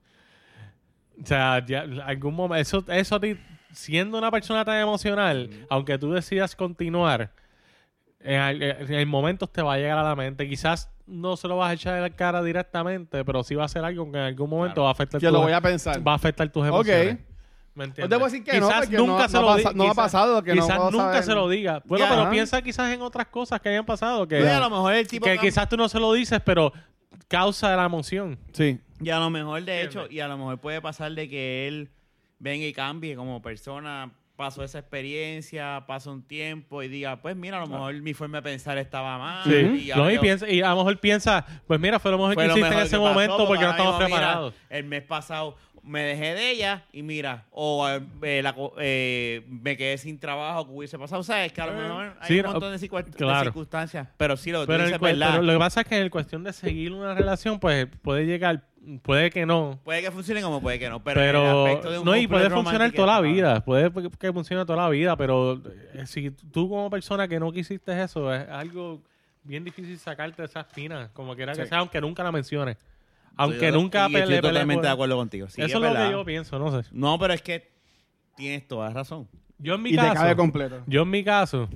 Speaker 3: O sea, ya, algún momento, eso, eso a ti, siendo una persona tan emocional, aunque tú decidas continuar, en, al- en el momento te va a llegar a la mente. Quizás no se lo vas a echar en la cara directamente, pero sí va a ser algo que en algún momento
Speaker 1: Claro.
Speaker 3: va a afectar
Speaker 2: Que
Speaker 3: tu-
Speaker 2: lo voy a pensar.
Speaker 3: va a afectar tus
Speaker 2: Ok.
Speaker 3: emociones.
Speaker 2: No
Speaker 3: ¿Me entiendes?
Speaker 2: te voy a decir que no,
Speaker 3: Quizás
Speaker 2: porque
Speaker 3: nunca
Speaker 2: no,
Speaker 3: se
Speaker 2: no
Speaker 3: lo
Speaker 2: ha
Speaker 3: di-
Speaker 2: pasa- no ha
Speaker 3: quizás-
Speaker 2: pasado. Que
Speaker 3: quizás
Speaker 2: no puedo
Speaker 3: nunca
Speaker 2: saber.
Speaker 3: se lo diga. Bueno,
Speaker 1: Ya.
Speaker 3: pero piensa quizás en otras cosas que hayan pasado que,
Speaker 1: Pues, a lo mejor el tipo.
Speaker 3: que
Speaker 1: cam-
Speaker 3: quizás tú no se lo dices, pero causa la emoción.
Speaker 2: Sí.
Speaker 1: Y a lo mejor, de hecho,
Speaker 3: ¿Entiendes?
Speaker 1: y a lo mejor puede pasar de que él venga y cambie como persona, pasó esa experiencia, pasa un tiempo y diga, pues mira, a lo mejor mi forma de pensar estaba mal.
Speaker 3: Sí.
Speaker 1: Y
Speaker 3: No,
Speaker 1: ahora
Speaker 3: y,
Speaker 1: yo-
Speaker 3: piensa, y a lo mejor piensa, pues mira, fue lo mejor
Speaker 1: fue
Speaker 3: que
Speaker 1: lo
Speaker 3: hiciste
Speaker 1: mejor
Speaker 3: en ese
Speaker 1: que pasó,
Speaker 3: momento porque no
Speaker 1: ahora
Speaker 3: estamos
Speaker 1: mismo, mira,
Speaker 3: preparados.
Speaker 1: el mes pasado me dejé de ella y mira, o eh, la co- eh, me quedé sin trabajo, que hubiese pasado. O sea, es que a lo mejor hay
Speaker 3: Sí,
Speaker 1: un
Speaker 3: no,
Speaker 1: montón de, circu- de
Speaker 3: claro.
Speaker 1: circunstancias. Pero sí, lo que tú
Speaker 3: Pero,
Speaker 1: dices
Speaker 3: en
Speaker 1: es
Speaker 3: cua-
Speaker 1: verdad.
Speaker 3: pero lo que pasa es que en cuestión de seguir una relación, pues puede llegar, puede que no,
Speaker 1: Puede que funcione como puede que no, pero, en el
Speaker 3: pero,
Speaker 1: aspecto de un
Speaker 3: no y
Speaker 1: couple
Speaker 3: puede funcionar
Speaker 1: romántico
Speaker 3: toda la
Speaker 1: está mal.
Speaker 3: vida puede que funcione toda la vida pero eh, si tú como persona que no quisiste eso es algo bien difícil sacarte de esa espina como quiera que
Speaker 2: Sí.
Speaker 3: sea aunque nunca la menciones
Speaker 1: Estoy
Speaker 3: aunque
Speaker 1: to-
Speaker 3: nunca
Speaker 1: y Estoy
Speaker 3: pelees
Speaker 1: totalmente de acuerdo contigo. Sí,
Speaker 3: eso
Speaker 1: es
Speaker 3: es, lo
Speaker 1: verdad.
Speaker 3: que yo pienso no sé
Speaker 1: No, pero es que tienes toda razón.
Speaker 3: yo en mi
Speaker 2: Y te
Speaker 3: caso
Speaker 2: cabe completo.
Speaker 3: yo en mi caso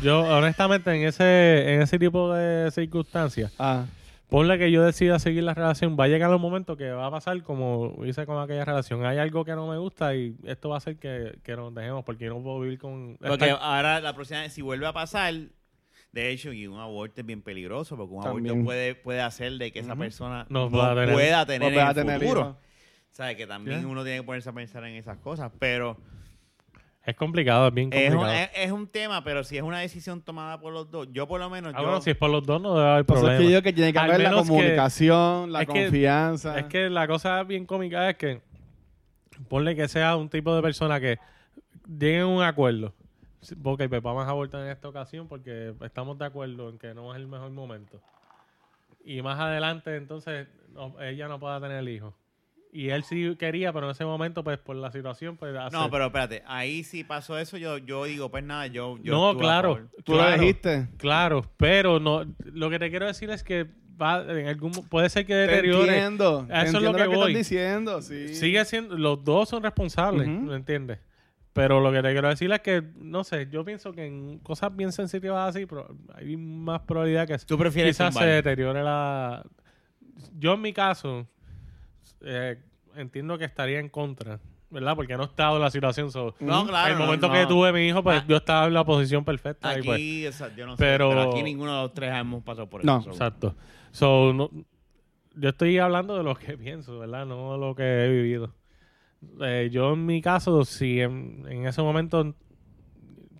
Speaker 3: Yo, honestamente, en ese, en ese tipo de circunstancias,
Speaker 2: Ah,
Speaker 3: ponle que yo decida seguir la relación, va a llegar un momento que va a pasar como hice con aquella relación. Hay algo que no me gusta y esto va a hacer que, que nos dejemos porque yo no puedo vivir con...
Speaker 1: Porque
Speaker 3: estar-
Speaker 1: ahora la próxima vez, si vuelve a pasar, de hecho, y un aborto es bien peligroso, porque un aborto
Speaker 2: También.
Speaker 1: puede, puede hacer de que esa persona
Speaker 3: No
Speaker 1: no,
Speaker 3: pueda tener-
Speaker 1: pueda tener,
Speaker 2: volver a
Speaker 1: en el
Speaker 2: tener
Speaker 1: futuro.
Speaker 2: hijos.
Speaker 1: ¿Sabes? Que también
Speaker 3: ¿Ya?
Speaker 1: uno tiene que ponerse a pensar en esas cosas, pero
Speaker 3: Es complicado, es bien
Speaker 1: es
Speaker 3: complicado.
Speaker 1: un, es, es un tema, pero si es una decisión tomada por los dos, yo por lo menos,
Speaker 3: Ah,
Speaker 1: yo,
Speaker 3: bueno, si es por los dos no debe haber
Speaker 2: Por eso
Speaker 3: problema.
Speaker 2: es que yo que tiene que
Speaker 3: Al
Speaker 2: haber la
Speaker 3: menos que-
Speaker 2: comunicación, la
Speaker 3: es que-
Speaker 2: confianza.
Speaker 3: Es que la cosa bien cómica es que ponle que sea un tipo de persona que llegue a un acuerdo. Sí, Ok, pues vamos a abortar en esta ocasión porque estamos de acuerdo en que no es el mejor momento. Y más adelante, entonces, no- ella no pueda tener el hijo. Y él sí quería, pero en ese momento, pues por la situación, pues.
Speaker 1: no,
Speaker 3: hacer-
Speaker 1: pero espérate, ahí si pasó eso, yo, yo digo, pues nada, yo, yo
Speaker 3: No,
Speaker 1: actúo a
Speaker 3: claro.
Speaker 1: favor.
Speaker 2: Tú
Speaker 3: claro.
Speaker 2: lo dijiste.
Speaker 3: Claro, pero no. Lo que te quiero decir es que va en algún mo- puede ser que
Speaker 2: Te
Speaker 3: deteriore.
Speaker 2: entiendo.
Speaker 3: Eso es
Speaker 2: Eso
Speaker 3: lo
Speaker 2: es lo que,
Speaker 3: que voy.
Speaker 2: estás diciendo. Sí.
Speaker 3: sigue siendo, los dos son responsables,
Speaker 2: Ujú.
Speaker 3: ¿me entiendes? Pero lo que te quiero decir es que, no sé, yo pienso que en cosas bien sensitivas así, pro- hay más probabilidad que
Speaker 1: Tú prefieres
Speaker 3: quizás se
Speaker 1: zumbar.
Speaker 3: deteriore la... Yo en mi caso, eh, entiendo que estaría en contra, ¿verdad? Porque no he estado en la situación. So,
Speaker 1: No, claro.
Speaker 3: el
Speaker 1: no,
Speaker 3: momento
Speaker 1: no.
Speaker 3: que tuve mi hijo, pues
Speaker 1: Ah.
Speaker 3: yo estaba en la posición perfecta. y
Speaker 1: Aquí,
Speaker 3: pues,
Speaker 1: o sea, yo no
Speaker 3: Pero-
Speaker 1: sé, pero aquí ninguno de los tres hemos pasado por
Speaker 2: No,
Speaker 1: eso. seguro.
Speaker 3: exacto. So, no- yo estoy hablando de lo que pienso, ¿verdad? No de lo que he vivido. Eh, yo en mi caso, si en, en ese momento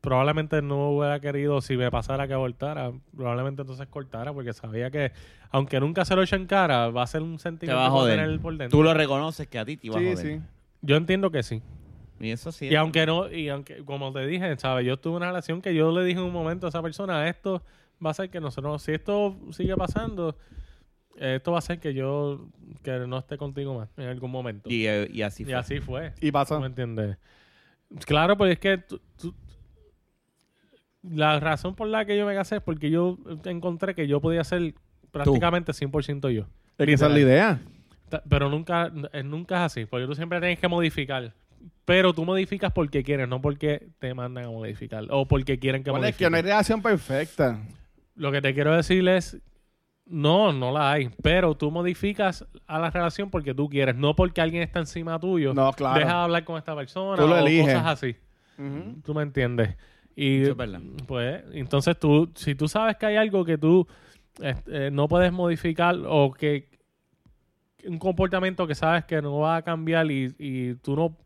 Speaker 3: probablemente no hubiera querido, si me pasara que abortara, probablemente entonces cortara, porque sabía que, aunque nunca se lo echen en cara, va a ser un
Speaker 1: Te
Speaker 3: sentimiento
Speaker 1: va a
Speaker 3: que voy
Speaker 1: joder.
Speaker 3: tener por dentro.
Speaker 1: Tú lo reconoces que a ti te iba a
Speaker 2: Sí,
Speaker 1: joder.
Speaker 2: sí.
Speaker 3: Yo entiendo que sí.
Speaker 1: Y eso sí.
Speaker 3: Y aunque no, y aunque, como te dije, ¿sabes? Yo tuve una relación que yo le dije en un momento a esa persona, esto va a ser que nosotros, si esto sigue pasando, eh, esto va a ser que yo, que no esté contigo más en algún momento. Y,
Speaker 1: Y, eh, y así fue.
Speaker 3: así fue.
Speaker 2: Y
Speaker 3: ¿tú
Speaker 2: pasó.
Speaker 3: ¿Me entiendes? Claro, pero es que tú- tú- la razón por la que yo me casé es porque yo encontré que yo podía ser prácticamente 100% yo.
Speaker 2: Es que esa es la idea.
Speaker 3: Ta- Pero nunca, eh, nunca es así, porque tú siempre tienes que modificar. Pero tú modificas porque quieres, no porque te mandan a modificar o porque quieren que
Speaker 2: Bueno, es
Speaker 3: modifiques.
Speaker 2: que no hay reacción perfecta.
Speaker 3: Lo que te quiero decir es, no, no la hay, pero tú modificas a la relación porque tú quieres, no porque alguien está encima tuyo.
Speaker 2: No, claro.
Speaker 3: Deja de hablar con esta persona
Speaker 2: Tú lo
Speaker 3: o
Speaker 2: eliges.
Speaker 3: cosas así.
Speaker 2: Ujú.
Speaker 3: Tú me entiendes. Y
Speaker 1: Eso es verdad.
Speaker 3: pues, entonces tú, si tú sabes que hay algo que tú este, eh, no puedes modificar o que un comportamiento que sabes que no va a cambiar y, y tú no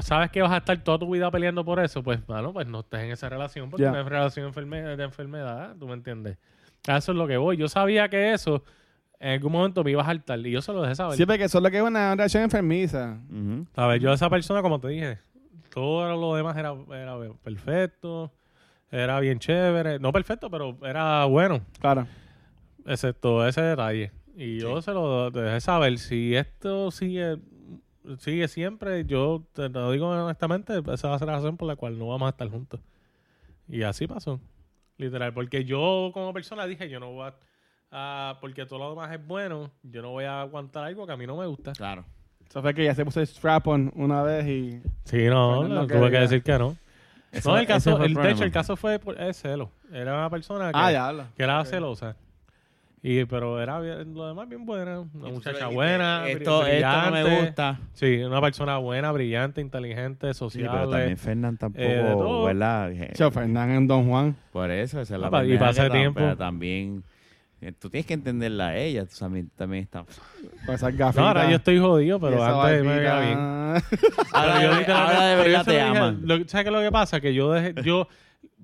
Speaker 3: sabes que vas a estar toda tu vida peleando por eso, pues, bueno, pues no estés en esa relación porque
Speaker 2: Ya.
Speaker 3: no es relación enferme- de enfermedad, ¿tú me entiendes? A eso es lo que voy. Yo sabía que eso en algún momento me iba a saltar y yo se lo dejé saber.
Speaker 2: Siempre que eso es lo que es una reacción enfermiza.
Speaker 1: Ujú.
Speaker 3: ¿Sabes? Yo a esa persona, como te dije, todo lo demás era, era perfecto, era bien chévere. No perfecto, pero era bueno,
Speaker 2: Claro.
Speaker 3: excepto ese detalle. Y yo se lo dejé saber. Si esto sigue sigue siempre, yo te lo digo honestamente, esa va a ser la razón por la cual no vamos a estar juntos. Y así pasó, literal. Porque yo como persona dije, yo no voy a... a- porque todo lo demás es bueno, yo no voy a aguantar algo que a mí no me gusta.
Speaker 1: Claro.
Speaker 2: Eso fue que ya se puso el strap-on una vez y...
Speaker 3: Sí, no,
Speaker 2: Fernando
Speaker 3: no, tuve que
Speaker 2: quería-
Speaker 3: decir que no.
Speaker 1: Ese-
Speaker 3: No, el
Speaker 1: ese
Speaker 3: caso,
Speaker 1: fue el
Speaker 3: el, de
Speaker 1: problema.
Speaker 3: hecho, el caso fue por es celo. Era una persona que,
Speaker 2: Ah, ya habla.
Speaker 3: que era celosa. Y, pero era bien- lo demás bien buena. Una
Speaker 1: Y tú le
Speaker 3: muchacha
Speaker 1: dijiste,
Speaker 3: buena, bri-
Speaker 1: Esto, esto no me
Speaker 3: brillante".
Speaker 1: gusta.
Speaker 3: Sí, una persona buena, brillante, inteligente, social.
Speaker 1: Fernán
Speaker 3: eh, de todo.
Speaker 1: ¿verdad?
Speaker 2: Cheo Fernández en Don Juan.
Speaker 1: Por eso, esa es la
Speaker 3: Ah, pa- y
Speaker 1: pendeja
Speaker 3: pasa
Speaker 1: que tam-
Speaker 3: tiempo.
Speaker 1: pero también, eh, tú tienes que entenderla a ella. Tú también, también está...
Speaker 2: Con esas gafitas.
Speaker 3: No, ahora yo estoy jodido,
Speaker 2: y
Speaker 3: pero
Speaker 2: esa
Speaker 3: antes me veía
Speaker 2: barbita.
Speaker 3: bien.
Speaker 1: Ahora,
Speaker 3: Pero yo
Speaker 1: de-
Speaker 3: literalmente-
Speaker 1: ahora de
Speaker 3: pero
Speaker 1: verdad
Speaker 3: yo se lo
Speaker 1: te
Speaker 3: dije-
Speaker 1: aman.
Speaker 3: lo- ¿Sabes qué es lo que pasa? Que yo dejé, yo,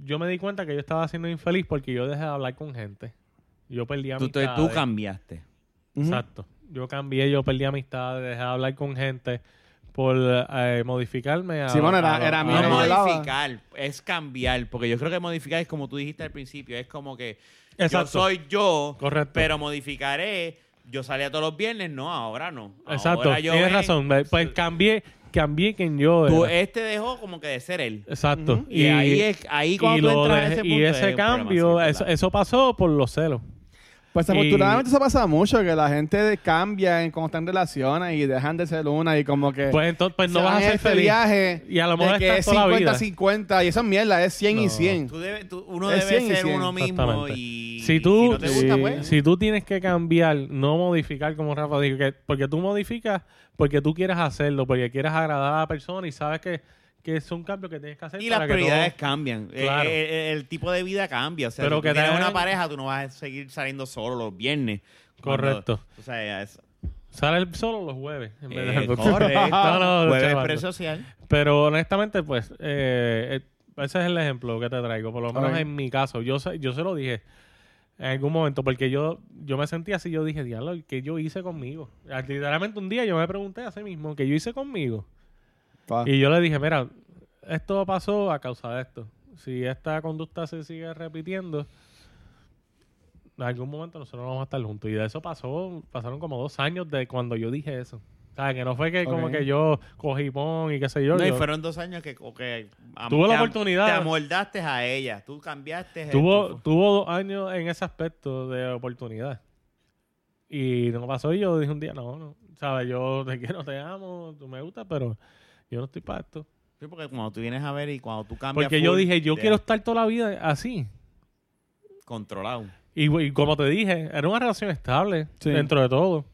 Speaker 3: yo me di cuenta que yo estaba siendo infeliz porque yo dejé de hablar con gente. Yo perdí
Speaker 1: Tú, tú,
Speaker 3: amistades.
Speaker 1: tú cambiaste.
Speaker 2: Ujú.
Speaker 3: Exacto. Yo cambié, yo perdí amistades, dejé de hablar con gente por eh, modificarme a...
Speaker 2: Simón, era-
Speaker 3: a-
Speaker 2: era
Speaker 3: a-
Speaker 2: mi
Speaker 1: No
Speaker 2: no
Speaker 1: es
Speaker 2: hablaba.
Speaker 1: modificar, es cambiar. Porque yo creo que modificar es como tú dijiste al principio. Es como que yo
Speaker 3: Exacto.
Speaker 1: soy yo,
Speaker 3: Correcto.
Speaker 1: pero modificaré. Yo salía todos los viernes, no, ahora no.
Speaker 3: Exacto.
Speaker 1: Ahora yo
Speaker 3: Tienes
Speaker 1: ven-
Speaker 3: razón. Ve, Pues cambié, cambié quien yo
Speaker 1: Tú,
Speaker 3: era.
Speaker 1: este dejó como que de ser él.
Speaker 3: Exacto.
Speaker 1: Y, ahí es ahí
Speaker 3: y
Speaker 1: cuando tú
Speaker 3: lo
Speaker 1: entras en
Speaker 3: dejé-
Speaker 1: ese punto
Speaker 3: y
Speaker 1: es
Speaker 3: ese
Speaker 1: un problema, sí,
Speaker 3: cambio,
Speaker 1: es
Speaker 3: eso,
Speaker 1: verdad.
Speaker 3: eso pasó por los celos.
Speaker 2: Pues
Speaker 3: Y-
Speaker 2: desafortunadamente eso pasa mucho, que la gente de- cambia en cómo están relaciones y dejan de ser una y como que
Speaker 3: Pues entonces pues no
Speaker 2: se
Speaker 3: vas a
Speaker 2: van en
Speaker 3: ser
Speaker 2: este
Speaker 3: feliz.
Speaker 2: viaje
Speaker 3: Y a lo mejor
Speaker 2: de que
Speaker 3: estás
Speaker 2: es
Speaker 3: toda la
Speaker 2: 50
Speaker 3: vida.
Speaker 2: 50 y eso es mierda, es 100 y
Speaker 3: No.
Speaker 2: 100.
Speaker 1: Tú debe- tú- uno
Speaker 2: Es
Speaker 1: debe
Speaker 2: 100 y
Speaker 1: ser
Speaker 2: 100,
Speaker 1: uno mismo
Speaker 3: exactamente.
Speaker 1: y
Speaker 3: Si tú,
Speaker 1: no te gusta,
Speaker 2: sí.
Speaker 1: pues.
Speaker 3: si tú tienes que cambiar, no modificar como Rafa dijo, que, porque tú modificas porque tú quieres hacerlo, porque quieres agradar a la persona y sabes que, que es un cambio que tienes que hacer.
Speaker 1: Y las
Speaker 3: para que
Speaker 1: prioridades
Speaker 3: todo-
Speaker 1: cambian. Eh,
Speaker 3: Claro.
Speaker 1: eh, eh, el, tipo de vida cambia. O sea,
Speaker 3: Pero
Speaker 1: si tú
Speaker 3: que
Speaker 1: tienes
Speaker 3: también-
Speaker 1: una pareja, tú no vas a seguir saliendo solo los viernes. Cuando-
Speaker 3: Correcto.
Speaker 1: o sea, es,
Speaker 3: Sale el- solo los jueves. en vez de-
Speaker 1: eh, correcto.
Speaker 3: No, no,
Speaker 1: Jueves
Speaker 3: chavando.
Speaker 1: presocial.
Speaker 3: Pero honestamente, pues, eh, eh, ese es el ejemplo que te traigo, por lo menos
Speaker 2: Ok.
Speaker 3: en mi caso. Yo se, yo se lo dije en algún momento, porque yo, yo me sentía así, yo dije, diablo, ¿qué yo hice conmigo? Ah, Literalmente un día yo me pregunté a sí mismo, ¿qué yo hice conmigo?
Speaker 2: Pa.
Speaker 3: Y yo le dije, mira, esto pasó a causa de esto. Si esta conducta se sigue repitiendo, en algún momento nosotros no vamos a estar juntos. Y de eso pasó, pasaron como dos años de cuando yo dije eso. O sea, que no fue que como
Speaker 2: Ok.
Speaker 3: que yo cogí pon y qué sé yo.
Speaker 1: No, y
Speaker 3: yo-
Speaker 1: fueron dos años que... o que am-
Speaker 3: Tuve la
Speaker 1: te am-
Speaker 3: oportunidad.
Speaker 1: Te amoldaste a ella. Tú cambiaste. el-
Speaker 3: tuvo,
Speaker 1: tu-
Speaker 3: tuvo dos años en ese aspecto de oportunidad. Y no pasó y yo dije un día, no, no. Sabes, yo te quiero, te amo, tú me gustas, pero yo no estoy para esto.
Speaker 1: Sí, porque cuando tú vienes a ver y cuando tú cambias...
Speaker 3: Porque yo
Speaker 1: full,
Speaker 3: dije, yo
Speaker 1: te
Speaker 3: quiero
Speaker 1: has
Speaker 3: estar toda la vida así.
Speaker 1: Controlado.
Speaker 3: Y, y como te dije, era una relación estable
Speaker 2: Sí.
Speaker 3: dentro de todo.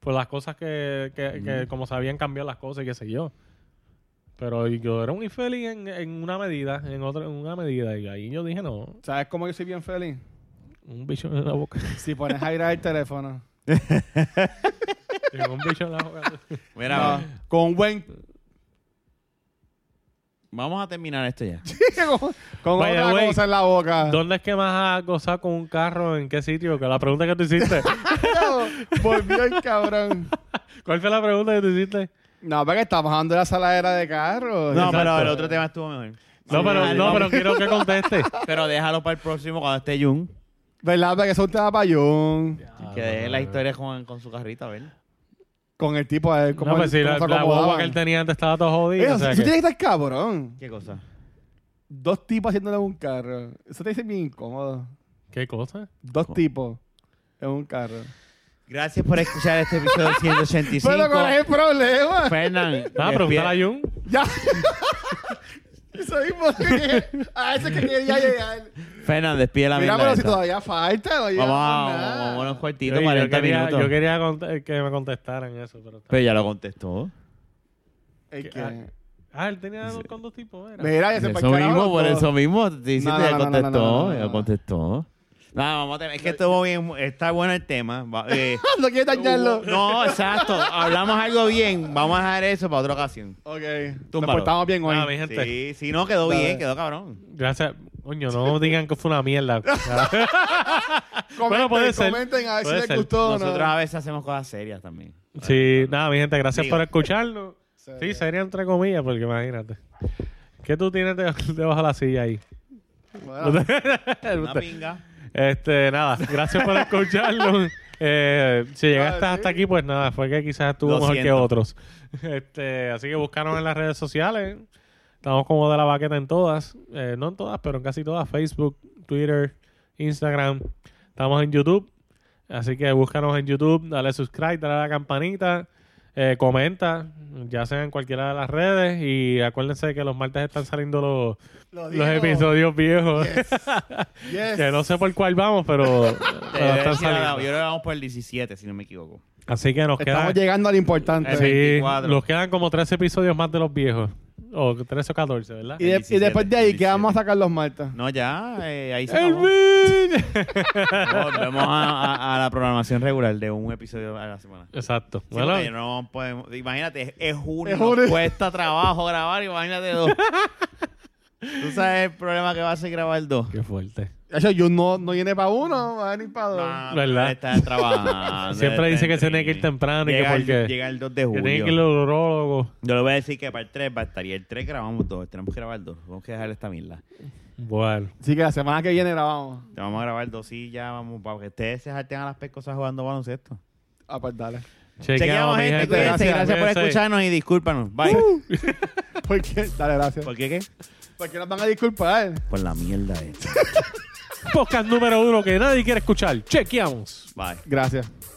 Speaker 3: Por las cosas que, que, que como se habían cambiado las cosas y qué sé yo. Pero yo era un infeliz en, en una medida, en otra, en una medida. Y ahí yo dije, no,
Speaker 2: ¿Sabes cómo yo soy bien feliz?
Speaker 3: un bicho en la boca.
Speaker 2: Si pones a ir al teléfono.
Speaker 3: Tengo un bicho en la boca. Ah,
Speaker 1: Mira,
Speaker 2: No, con buen
Speaker 1: vamos a terminar esto ya.
Speaker 2: con, con
Speaker 3: By the
Speaker 2: otra
Speaker 3: way,
Speaker 2: cosa en la boca.
Speaker 3: ¿Dónde es que más has gozado con un carro? ¿En qué sitio? Que la pregunta que tú hiciste.
Speaker 2: Volvió el cabrón.
Speaker 3: ¿Cuál fue la pregunta que tú hiciste?
Speaker 2: No, porque estamos hablando de la saladera de carros.
Speaker 1: No,
Speaker 3: Exacto.
Speaker 1: pero el otro tema estuvo mejor.
Speaker 3: No,
Speaker 1: Sí,
Speaker 3: pero,
Speaker 1: dale,
Speaker 3: no,
Speaker 1: vamos.
Speaker 3: pero quiero que conteste.
Speaker 1: Pero déjalo para el próximo cuando esté Jun.
Speaker 2: ¿Verdad? Porque eso es un tema payón.
Speaker 3: Ah,
Speaker 1: Que deje la historia con, con su carrita, ¿verdad?
Speaker 2: Con el tipo, a ver cómo
Speaker 3: No, pues
Speaker 2: él-
Speaker 3: sí, la,
Speaker 2: cómo se
Speaker 3: la guagua
Speaker 2: acomodaban.
Speaker 3: que él tenía antes estaba todo jodida.
Speaker 2: Eso,
Speaker 3: o sea
Speaker 2: eso
Speaker 3: que-
Speaker 2: tiene que estar cabrón.
Speaker 1: ¿Qué cosa?
Speaker 2: Dos tipos haciéndole un carro. Eso te dice bien incómodo.
Speaker 3: ¿Qué cosa?
Speaker 2: Dos tipos en un carro.
Speaker 1: Gracias por escuchar este episodio 185.
Speaker 2: Pero ¿cuál es el problema?
Speaker 1: Fernan,
Speaker 3: Nada,
Speaker 1: despide-
Speaker 3: preguntar Ah, a Jun.
Speaker 2: Ya. Eso mismo que- a eso es que quería llegar.
Speaker 1: Fernan, despide la
Speaker 2: Mira,
Speaker 1: mierda
Speaker 2: pero si
Speaker 1: esa.
Speaker 2: todavía falta, no
Speaker 1: Vamos
Speaker 2: llevamos
Speaker 1: a
Speaker 2: nada.
Speaker 1: vámonos
Speaker 3: Yo,
Speaker 1: cortito,
Speaker 3: yo
Speaker 1: 40
Speaker 3: quería,
Speaker 1: minutos.
Speaker 3: yo quería cont- que me contestaran eso, pero... está-
Speaker 1: Pero ya lo contestó.
Speaker 2: Es que-
Speaker 3: Ah, Ah, él tenía dos- con dos tipos, ¿era?
Speaker 2: Mira, ya se
Speaker 1: Eso
Speaker 2: parcaron
Speaker 1: mismo,
Speaker 2: los
Speaker 1: por
Speaker 2: dos.
Speaker 1: eso mismo. Te hiciste,
Speaker 2: No, no,
Speaker 1: ya
Speaker 2: no, no, no,
Speaker 1: contestó,
Speaker 2: no, no, no,
Speaker 1: ya
Speaker 2: no.
Speaker 1: contestó. No, vamos a tener- es que estuvo bien, está bueno el tema. va- eh,
Speaker 2: No quieres dañarlo.
Speaker 1: no, exacto. Hablamos algo bien. Vamos a dejar eso para otra ocasión.
Speaker 2: Ok. Nos
Speaker 1: Túmbalo.
Speaker 2: portamos bien hoy.
Speaker 3: Ah, mi gente.
Speaker 1: Sí, sí, no, quedó
Speaker 2: Dale.
Speaker 1: bien, quedó cabrón.
Speaker 3: Gracias. Coño, no digan que fue una mierda.
Speaker 2: Comenten,
Speaker 3: Bueno, puede ser.
Speaker 2: comenten a ver
Speaker 3: Puede
Speaker 2: si
Speaker 3: ser.
Speaker 2: les gustó o no.
Speaker 1: Nosotros a veces hacemos cosas serias también.
Speaker 3: sí, nada, mi gente, gracias
Speaker 1: Digo.
Speaker 3: por escucharlo. Sí,
Speaker 2: Sería.
Speaker 3: sería entre comillas, porque imagínate. ¿Qué tú tienes de- debajo de la silla ahí?
Speaker 2: Bueno,
Speaker 1: Una pinga.
Speaker 3: Este, nada, gracias por escucharlo. Eh, si
Speaker 2: Ah,
Speaker 3: llegaste hasta aquí, pues nada, fue que quizás estuvo
Speaker 1: Lo
Speaker 3: mejor que
Speaker 1: siento.
Speaker 3: otros. Este, así que buscaron en las redes sociales. Estamos como de la baqueta en todas. Eh, no en todas, pero en casi todas. Facebook, Twitter, Instagram. Estamos en YouTube. Así que búscanos en YouTube, dale subscribe, dale a la campanita, eh, comenta, ya sea en cualquiera de las redes. Y acuérdense que los martes están saliendo los,
Speaker 2: lo digo.
Speaker 3: los episodios viejos.
Speaker 2: Yes.
Speaker 3: Que no sé por cuál vamos, pero,
Speaker 1: Te
Speaker 3: pero
Speaker 1: debe
Speaker 3: están
Speaker 1: decir ahora,
Speaker 3: saliendo.
Speaker 1: yo creo que vamos por el 17, si no me equivoco.
Speaker 3: Así que nos
Speaker 2: Estamos
Speaker 3: quedan,
Speaker 2: llegando al importante.
Speaker 1: al
Speaker 3: sí,
Speaker 1: 24.
Speaker 3: nos quedan como 13 episodios más de los viejos. O 13 o 14, ¿verdad?
Speaker 2: Y, de- y
Speaker 1: 17,
Speaker 2: después de ahí, ¿qué
Speaker 1: 17.
Speaker 2: vamos a sacar los martes?
Speaker 1: No, ya, eh, ahí se
Speaker 3: ¡El
Speaker 1: acabó.
Speaker 3: Vin!
Speaker 1: Volvemos a, a- a la programación regular de un episodio a la semana.
Speaker 3: Exacto.
Speaker 1: Sí,
Speaker 3: Bueno,
Speaker 1: porque no podemos- imagínate, es junio,
Speaker 2: Es junio.
Speaker 1: nos cuesta trabajo grabar, imagínate dos. Tú sabes el problema que va a ser grabar dos.
Speaker 3: qué fuerte.
Speaker 2: De hecho, yo no, no viene para uno, va a venir para dos.
Speaker 1: No,
Speaker 3: ¿Verdad?
Speaker 1: Está trabajando.
Speaker 3: Siempre dice que se tiene
Speaker 1: tiene
Speaker 3: que ir temprano y que
Speaker 1: llega
Speaker 3: porque-
Speaker 1: El, llega el 2 de
Speaker 3: Que
Speaker 1: julio.
Speaker 3: tienen que ir al urologo.
Speaker 1: Yo le voy a decir que para el 3 va a estar. Y el 3 grabamos dos. Tenemos que grabar dos. Vamos que dejar esta mierda.
Speaker 3: Bueno.
Speaker 2: Así que la semana que viene grabamos.
Speaker 1: Te vamos a grabar dos y ya vamos. Para que ustedes se salten a las pescosas jugando baloncesto.
Speaker 2: Ah, pues dale.
Speaker 1: Chequeamos,
Speaker 3: mi
Speaker 1: gente.
Speaker 3: gente.
Speaker 1: Cuídense. Gracias por
Speaker 3: Cuídense.
Speaker 1: escucharnos y discúlpanos. Bye.
Speaker 2: ¿Por qué? Dale, gracias.
Speaker 1: ¿Por qué qué?
Speaker 2: ¿Por qué nos van a disculpar?
Speaker 1: Por la mierda esta.
Speaker 3: podcast número uno que nadie quiere escuchar. Chequeamos.
Speaker 1: Bye.
Speaker 2: Gracias.